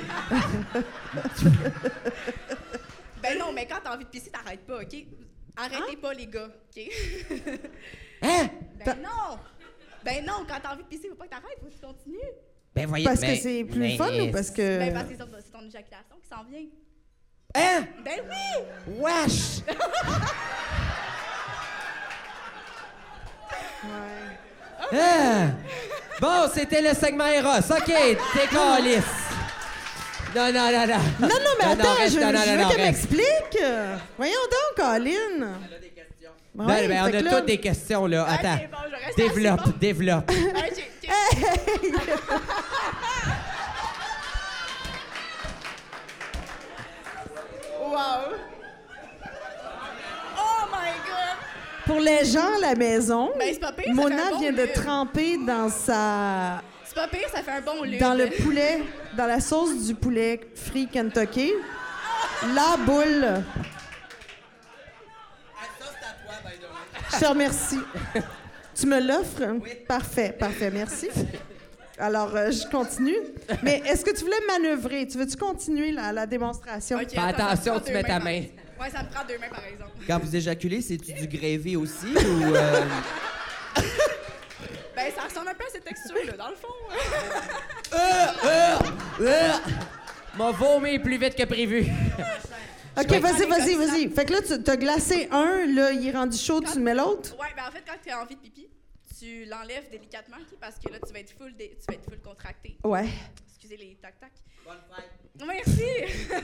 S6: Ben non, mais quand t'as envie de pisser, t'arrêtes pas, OK? Arrêtez pas, les gars, OK?
S3: Hein?
S4: T'as-
S6: ben non! Ben non, quand t'as envie de pisser, faut pas que t'arrêtes, faut que tu continues.
S3: Ben, voyez...
S4: Parce
S3: ben,
S4: que c'est plus
S3: ben,
S4: fun ou parce que.
S6: Ben parce que c'est ton- c'est ton éjaculation qui s'en vient.
S3: Hein?
S6: Ben oui!
S3: Wesh! Hein? Bon, c'était le segment Eros. OK, t'es calice. Non, non, non, non.
S4: Non, non, mais attends,
S3: reste,
S4: je,
S3: non, non,
S4: je veux
S3: non,
S4: qu'elle
S3: reste.
S4: m'explique. Euh, Voyons donc, Colin. Ben
S3: Ben,
S4: oui,
S3: ben,
S4: fait que
S3: on a
S4: là-
S3: toutes des questions, là.
S6: Ok,
S3: Attends.
S6: bon, je reste
S3: développe,
S6: assez bon.
S3: développe.
S6: Ok, ok. wow! Oh my god!
S4: Pour les gens à la maison,
S6: Ben, c'est pas pire, ça fait
S4: Mona
S6: un bon
S4: vient de
S6: lieu.
S4: tremper dans sa
S6: C'est pas pire, ça fait un bon lieu.
S4: dans le poulet, dans la sauce du poulet frit Kentucky. La boule. Je te remercie. Tu me l'offres? Parfait, parfait, merci. Alors, euh, je continue. Mais est-ce que tu voulais manœuvrer? Tu veux-tu continuer la, la démonstration?
S6: Ok,
S3: Fais
S6: attends,
S3: Bah, attention,
S6: ça me prend
S3: tu
S6: deux
S3: mets ta
S6: mains,
S3: main.
S6: par- Ouais, ça me prend deux mains par exemple.
S2: Quand vous éjaculez, c'est-tu du grévé aussi ou. euh,
S6: Ben, ça ressemble un peu à cette texture-là, dans le fond.
S3: M'a vomi plus vite que prévu.
S4: OK, vas-y, vas-y, vas-y. Fait que là, tu as glacé un, là, il est rendu chaud, tu le mets l'autre?
S6: Ouais, ben en fait, quand tu as envie de pipi, tu l'enlèves délicatement ok, parce que là, tu vas être full, dé- tu vas être full contracté.
S4: Ouais.
S6: Excusez les tac-tac. Bonne fête. Merci.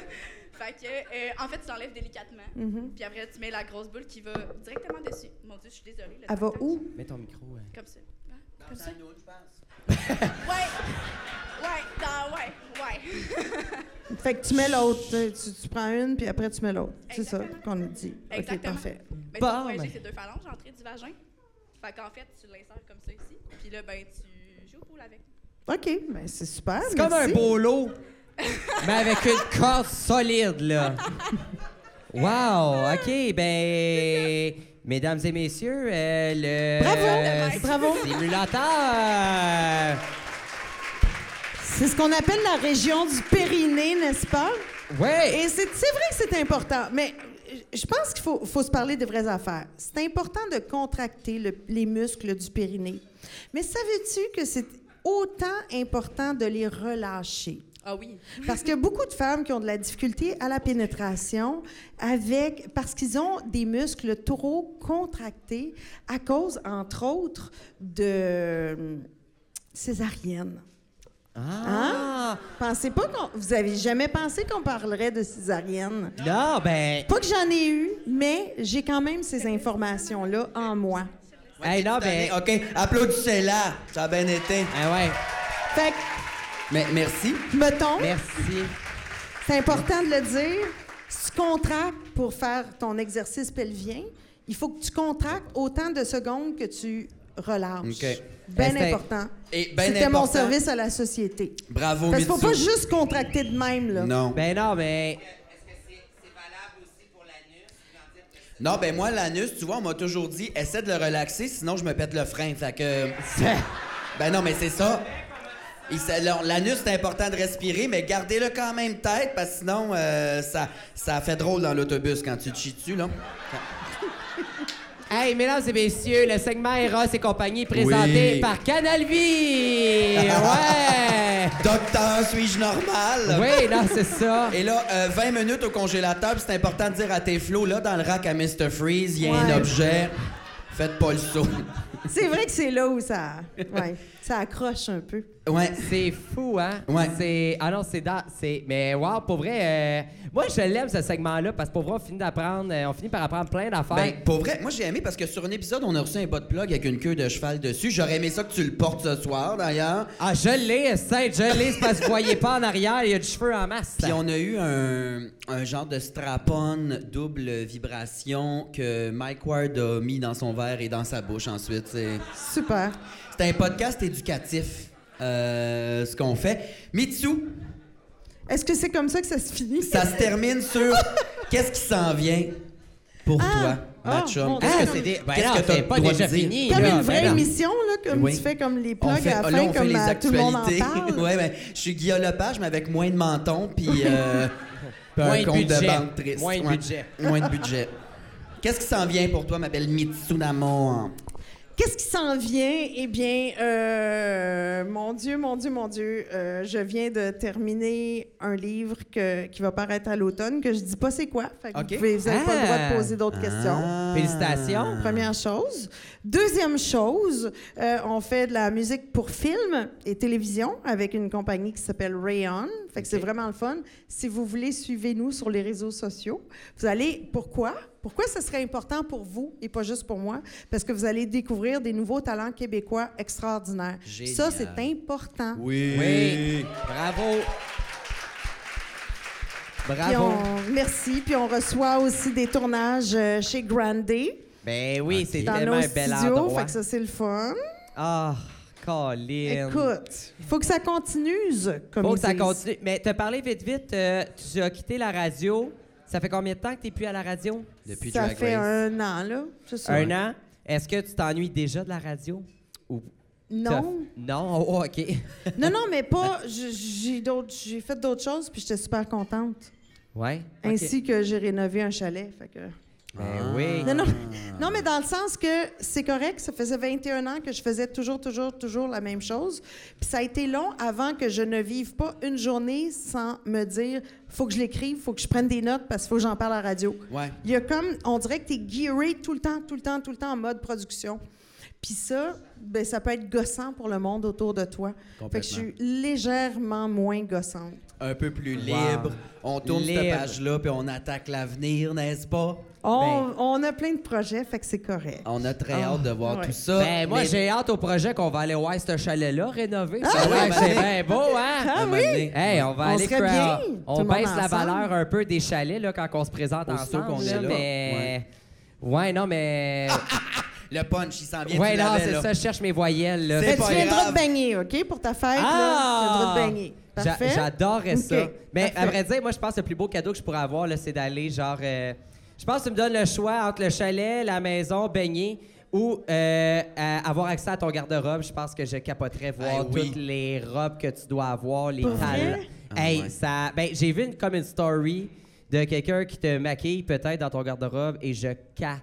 S6: fait que, euh, en fait, tu l'enlèves délicatement.
S4: Mm-hmm.
S6: Puis après, tu mets la grosse boule qui va directement dessus. Mon Dieu, je suis désolée. le
S4: Elle va
S6: tac-tac.
S4: où?
S3: Mets ton micro. euh.
S6: Comme ça. Hein? Comme ça. Ouais. Ouais, dans, ouais, ouais.
S4: Fait que tu mets l'autre. Tu, tu prends une, puis après, tu mets l'autre. C'est ça
S6: Exactement.
S4: qu'on a dit. OK,
S6: Exactement.
S4: parfait.
S6: Ben,
S3: Bon,
S6: tu vas
S3: ben.
S6: tes deux phalanges à l'entrée du vagin. Fait qu'en fait, tu l'insères comme ça ici. Puis là, ben, tu joues au poule avec.
S4: OK, ben c'est super.
S3: C'est comme un
S4: merci.
S3: polo, mais avec une corde solide, là. Wow, OK, ben... Mesdames et messieurs, euh, le...
S4: Bravo, bravo.
S3: Simulateur!
S4: C'est ce qu'on appelle la région du Périnée, n'est-ce pas?
S3: Ouais!
S4: Et c'est c'est vrai que c'est important, mais je pense qu'il faut, faut se parler des vraies affaires. C'est important de contracter le- les muscles du périnée. Mais savais-tu que c'est autant important de les relâcher?
S6: Ah oui.
S4: Parce qu'il y a beaucoup de femmes qui ont de la difficulté à la pénétration avec, parce qu'ils ont des muscles trop contractés à cause, entre autres, de euh, césarienne.
S3: Ah!
S4: Pensez pas qu'on. Vous avez jamais pensé qu'on parlerait de césarienne?
S3: Non, ben...
S4: Pas que j'en ai eu, mais j'ai quand même ces informations-là en moi.
S3: Hey, non, ben...
S2: Ah, OK, applaudissez-la. Ça a bien été.
S3: Ah ouais,
S4: Fait que,
S2: Mais merci.
S4: mettons,
S3: merci.
S4: c'est important de le dire, si tu contractes pour faire ton exercice pelvien, il faut que tu contractes autant de secondes que tu relâches.
S2: OK. Eh,
S4: Bien
S3: Ben, c'est-
S4: important.
S2: Et ben
S4: C'était mon
S2: important.
S4: service à la société.
S2: Bravo,
S4: Parce qu'il faut
S2: Mitsu.
S4: pas juste contracter de même, là.
S2: Non.
S3: Ben non, mais...
S2: Non, ben moi, l'anus, tu vois, on m'a toujours dit, essaie de le relaxer, sinon je me pète le frein. Fait que. ben non, mais c'est ça. Il s'a- l'an- L'anus, c'est important de respirer, mais gardez-le quand même tête, parce que sinon, euh, ça, ça fait drôle dans l'autobus quand tu te chies dessus, là.
S3: Hey, mesdames et messieurs, le segment Eros et compagnie présenté
S2: Oui.
S3: par Canal Vie! Ouais!
S2: Docteur, suis-je normal?
S3: oui, non, c'est ça.
S2: Et là, euh, 20 minutes au congélateur, puis c'est important de dire à tes flots, là, dans le rack à Mr. Freeze, il y a
S4: Ouais.
S2: un objet. Faites pas le saut.
S4: C'est vrai que c'est là où ça, ouais, ça accroche un peu.
S2: ouais.
S3: C'est fou, hein?
S2: Ouais.
S3: C'est... Ah non, c'est dans... c'est- Mais wow, pour vrai, euh, moi, je l'aime, ce segment-là, parce que pour vrai, on finit d'apprendre... euh, on finit par apprendre plein d'affaires.
S2: Ben, pour vrai, moi j'ai aimé parce que sur un épisode, on a reçu un bas de plug avec une queue de cheval dessus. J'aurais aimé ça que tu le portes ce soir d'ailleurs.
S3: Ah, je l'ai, Sainte, je l'ai, c'est parce que vous voyez pas en arrière, il y a du cheveu en masse.
S2: Puis on a eu un, un genre de strapon double vibration que Mike Ward a mis dans son verre et dans sa bouche ensuite. C'est
S4: Super.
S2: c'est un podcast éducatif, euh, ce qu'on fait. Mitsu,
S4: Est-ce que c'est comme ça que ça se finit?
S2: ça se termine sur qu'est-ce qui s'en vient pour
S4: Ah.
S2: toi, ma
S4: Ah,
S2: chum?
S4: mon Dieu.
S2: Qu'est-ce
S3: Ah,
S2: que-
S3: c'est des... Ben
S2: qu'est-ce
S3: non,
S2: que t'as
S3: c'est
S2: le
S3: pas
S2: droit de
S3: déjà
S2: dire?
S3: fini.
S4: Comme
S3: là.
S4: une vraie
S3: Ben non.
S4: émission, là, comme
S2: Oui.
S4: tu fais comme les
S2: On
S4: plugs
S2: fait,
S4: à
S3: oh,
S4: la
S2: là,
S4: fin,
S2: on fait
S4: comme
S2: les
S4: euh, tout le monde en
S2: actualités.
S4: parle.
S2: ouais, ben, je suis Guillaume Lepage, mais avec moins de menton, puis euh, puis
S3: Moins
S2: un
S3: de
S2: compte de
S3: budget.
S2: banque triste.
S3: Moins de
S2: Ouais.
S3: budget.
S2: Moins de budget. Qu'est-ce qui s'en vient pour toi, ma belle Mitsunamo?
S4: Qu'est-ce qui s'en vient? Eh bien, euh, mon Dieu, mon Dieu, mon Dieu, euh, je viens de terminer un livre que- qui va paraître à l'automne, que je dis pas c'est quoi. Fait que
S5: OK.
S4: Vous n'avez pas le droit
S3: Ah.
S4: de poser d'autres
S2: Ah!
S4: questions.
S3: Félicitations.
S4: Première chose. Deuxième chose, euh, on fait de la musique pour film et télévision avec une compagnie qui s'appelle Rayon. Fait que c'est vraiment le fun. Si vous voulez, suivez-nous sur les réseaux sociaux. Vous allez, pourquoi? Pourquoi ce serait important pour vous et pas juste pour moi? Parce que vous allez découvrir des nouveaux talents québécois extraordinaires.
S5: Génial.
S4: Ça, c'est important.
S5: Oui.
S3: Oui. Bravo.
S4: Puis
S3: Bravo.
S4: on, merci. Puis on reçoit aussi des tournages euh, chez Grandé
S3: Ben oui, c'est
S4: dans
S3: tellement
S4: nos
S3: un bel
S4: studios.
S3: endroit.
S4: Fait que ça, c'est le fun.
S3: Ah, Colin.
S4: Écoute, il faut que ça continue, z- comme
S3: Faut
S4: ils
S3: que ça
S4: disent.
S3: continue. Mais t'as parlé vite, vite. euh, tu as quitté la radio. Ça fait combien de temps que t'es plus à la radio?
S5: Depuis
S4: ça
S5: Drag
S4: fait
S5: Race.
S4: un an, là. c'est ça.
S3: Un an. Est-ce que tu t'ennuies déjà de la radio? Ou t'as-
S4: Non.
S3: Non? Oh, OK.
S4: non, non, mais pas. je- J'ai d'autres- j'ai fait d'autres choses, puis j'étais super contente.
S3: ouais. OK.
S4: Ainsi que j'ai rénové un chalet. Fait que...
S3: Ben oui.
S4: non, non, non, mais dans le sens que c'est correct, ça faisait 21 ans que je faisais toujours, toujours, toujours la même chose. Puis ça a été long avant que je ne vive pas une journée sans me dire faut que je l'écrive, faut que je prenne des notes parce qu'il faut que j'en parle à la radio.
S5: Ouais.
S4: Il y a comme, on dirait que tu es gearé tout le temps, tout le temps, tout le temps en mode production. Puis ça, ben, ça peut être gossant pour le monde autour de toi. Fait que je suis légèrement moins gossante.
S5: Un peu plus libre. On tourne cette
S3: Libre.
S5: page-là, puis on attaque l'avenir, n'est-ce pas?
S2: Ben
S4: On, on a plein de projets, fait que c'est correct.
S5: On a très
S4: Ah,
S5: hâte de voir
S4: ouais.
S5: tout ça.
S3: Ben, moi,
S5: mais-
S3: j'ai hâte au projet qu'on va aller voir ce chalet-là rénové.
S5: Ah,
S3: Ça,
S5: ouais,
S3: ouais,
S5: ben
S3: c'est
S5: oui.
S3: bien beau, hein?
S4: Ah oui?
S3: Hey, on va
S4: On
S3: aller
S4: serait
S3: cra-
S4: bien, tout
S3: On
S4: le monde
S3: baisse la
S4: ensemble.
S3: valeur un peu des chalets là, quand on se présente
S5: Aussitôt
S3: ensemble.
S5: qu'on est
S3: là,
S5: là,
S3: mais... Ouais, non, mais...
S5: Le punch, il s'en vient.
S3: ouais,
S5: tu
S3: non,
S2: ben
S5: l'avais,
S3: c'est
S5: là.
S3: ça, je cherche mes voyelles. Là.
S5: C'est
S4: Mais
S5: pas
S4: tu viendras
S5: grave.
S4: te baigner, OK, pour ta fête. là, tu viendras te baigner.
S3: Ah! J'a-
S4: Parfait?
S3: J'adorais ça.
S4: OK,
S3: Mais à
S4: parfait.
S3: vrai dire, moi, je pense que le plus beau cadeau que je pourrais avoir, là, c'est d'aller genre. euh, je pense que tu me donnes le choix entre le chalet, la maison, baigner ou euh, euh, avoir accès à ton garde-robe. Je pense que je capoterais voir
S5: Ah oui.
S3: toutes les robes que tu dois avoir, les
S4: Pour vrai?
S3: talons.
S5: Ah
S3: Hey,
S5: ouais.
S3: ça. Ben, j'ai vu une, comme une story de quelqu'un qui te maquille peut-être dans ton garde-robe et je capotais.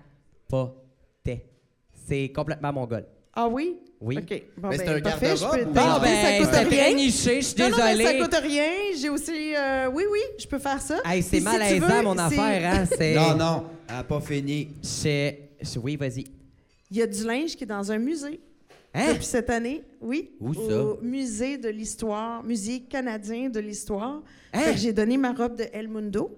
S3: C'est complètement mongol.
S4: Ah oui?
S3: Oui.
S4: OK. Bon, ben,
S5: Mais c'est un
S4: parfait, je
S5: garde-robe
S4: peux
S5: ou-
S4: t'inviter,
S5: Non,
S4: ça
S3: Ah
S4: coûte
S3: ben, c'était très
S4: rien.
S3: niché, je suis
S4: Non, non,
S3: désolée.
S4: mais ça coûte rien. J'ai aussi... euh, oui, oui, je peux faire ça.
S3: Hey, c'est
S4: Puis si tu
S3: malaisant,
S4: veux,
S3: mon
S4: c'est-
S3: affaire, hein? C'est...
S5: Non, non, elle a pas fini.
S3: C'est- c'est- Oui, vas-y.
S4: Il y a du linge qui est dans un musée.
S3: Hein?
S4: Depuis cette année, oui.
S5: Où
S4: Au musée de l'histoire, musée canadien de l'histoire.
S3: Hein?
S4: Fait que J'ai donné ma robe de El Mundo.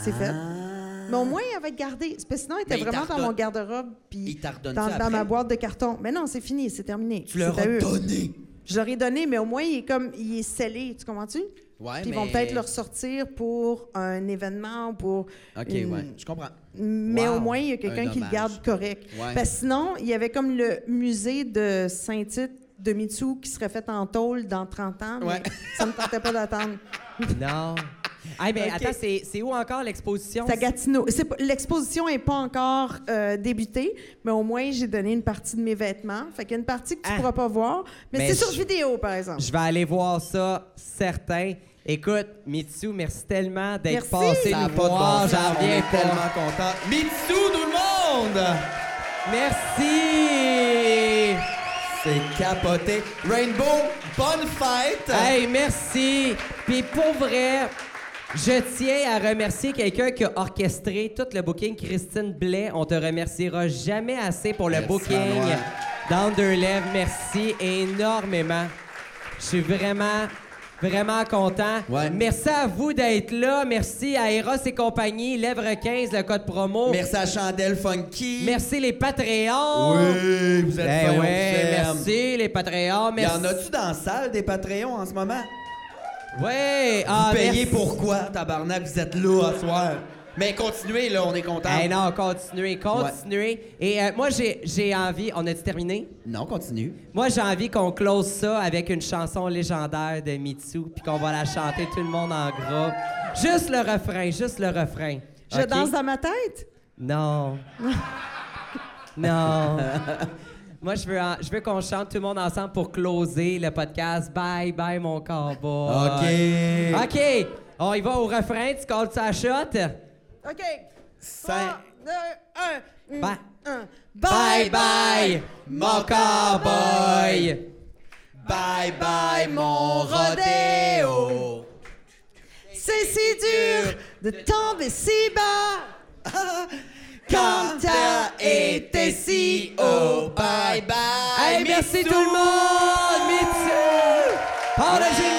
S4: C'est fait.
S5: Ah.
S4: Mais au moins, elle va être gardée. C'est parce que Sinon, elle
S5: Mais
S4: était
S5: il
S4: vraiment
S5: t'a
S4: dans mon
S5: redonne-
S4: garde-robe.
S5: il
S4: Puis
S5: t'a redonne
S4: dans,
S5: ça
S4: dans
S5: après?
S4: ma boîte de carton. Mais non, c'est fini, c'est terminé.
S5: Tu leur
S4: C'est à eux.
S5: as donné.
S4: Je leur ai donné, mais au moins, il est, comme, il est scellé. Tu comprends-tu?
S5: Ouais,
S4: Puis ils vont
S5: mais-
S4: peut-être le ressortir pour un événement ou pour.
S5: OK,
S4: une-
S5: ouais, je comprends.
S4: mais
S5: Wow.
S4: au moins, il y a
S5: Un
S4: quelqu'un qui le
S5: hommage.
S4: garde correct.
S5: Ouais.
S4: Parce que sinon, il y avait comme le musée de Saint-Tite de Mitsou qui serait fait en tôle dans 30 ans, mais
S5: Ouais.
S4: ça ne me tentait pas d'attendre.
S3: Non. Hey, mais
S4: Ok.
S3: attends, c'est, c'est où encore l'exposition?
S4: C'est à Gatineau. C'est pas- L'exposition n'est pas encore euh, débutée, mais au moins, j'ai donné une partie de mes vêtements. Fait qu'il y a une partie que tu ne
S3: Ah.
S4: pourras pas voir, mais,
S3: Mais
S4: c'est
S3: je-
S4: sur vidéo, par exemple.
S3: Je vais aller voir ça, certain. Écoute, Mitsu, merci tellement d'être
S4: Merci.
S3: passé
S5: Ça a
S3: nous
S5: pas de bon
S3: voir.
S5: sens,
S3: J'en
S5: on
S3: reviens
S5: est
S3: pas.
S5: tellement content. Mitsu, tout le monde!
S3: Merci!
S5: C'est capoté. Rainbow, bonne fête!
S3: Hey, merci! Puis pour vrai, je tiens à remercier quelqu'un qui a orchestré tout le booking, Christine Blais. On te remerciera jamais assez pour le
S5: Merci,
S3: booking
S5: Benoît.
S3: d'Underlev. Merci énormément. Je suis vraiment, vraiment content.
S5: Ouais.
S3: Merci à vous d'être là. Merci à Eros et compagnie, Lèvres 15, le code promo.
S5: Merci à Chandelle Funky.
S3: oh. Merci les Patreons.
S5: Oui, vous êtes
S3: Ben
S5: fins, on
S3: ouais,
S5: vous aime.
S3: merci les Patreons.
S5: Y
S3: Merci.
S5: en a-tu dans la salle des Patreons en ce moment?
S3: Ouais.
S5: Vous
S3: ah,
S5: payez
S3: merci.
S5: pourquoi, tabarnak? Vous êtes là à soir. Mais continuez, là, on est content.
S3: Eh non, continuez, continuez. Et euh, moi, j'ai j'ai envie, on a-tu terminé?
S5: Non, continue.
S3: Moi, j'ai envie qu'on close ça avec une chanson légendaire de Mitsu, puis qu'on va la chanter tout le monde en gras. Juste le refrain, juste le refrain.
S4: Je
S3: OK?
S4: danse dans ma tête?
S3: Non. non. Moi, je veux, en- je veux qu'on chante tout le monde ensemble pour closer le podcast. Bye, bye, mon cowboy. OK. On y va au refrain. Tu calls ça shot?
S4: OK.
S5: Cinq,
S4: Trois, deux, un. Mm,
S3: Bye.
S4: un.
S3: Bye bye, mon cowboy.
S2: Bye bye, mon rodéo.
S4: C'est si dur de tomber si bas.
S2: Quand t'as été si haut. Bye bye.
S3: Hey, merci tout le monde! Merci! Partagez!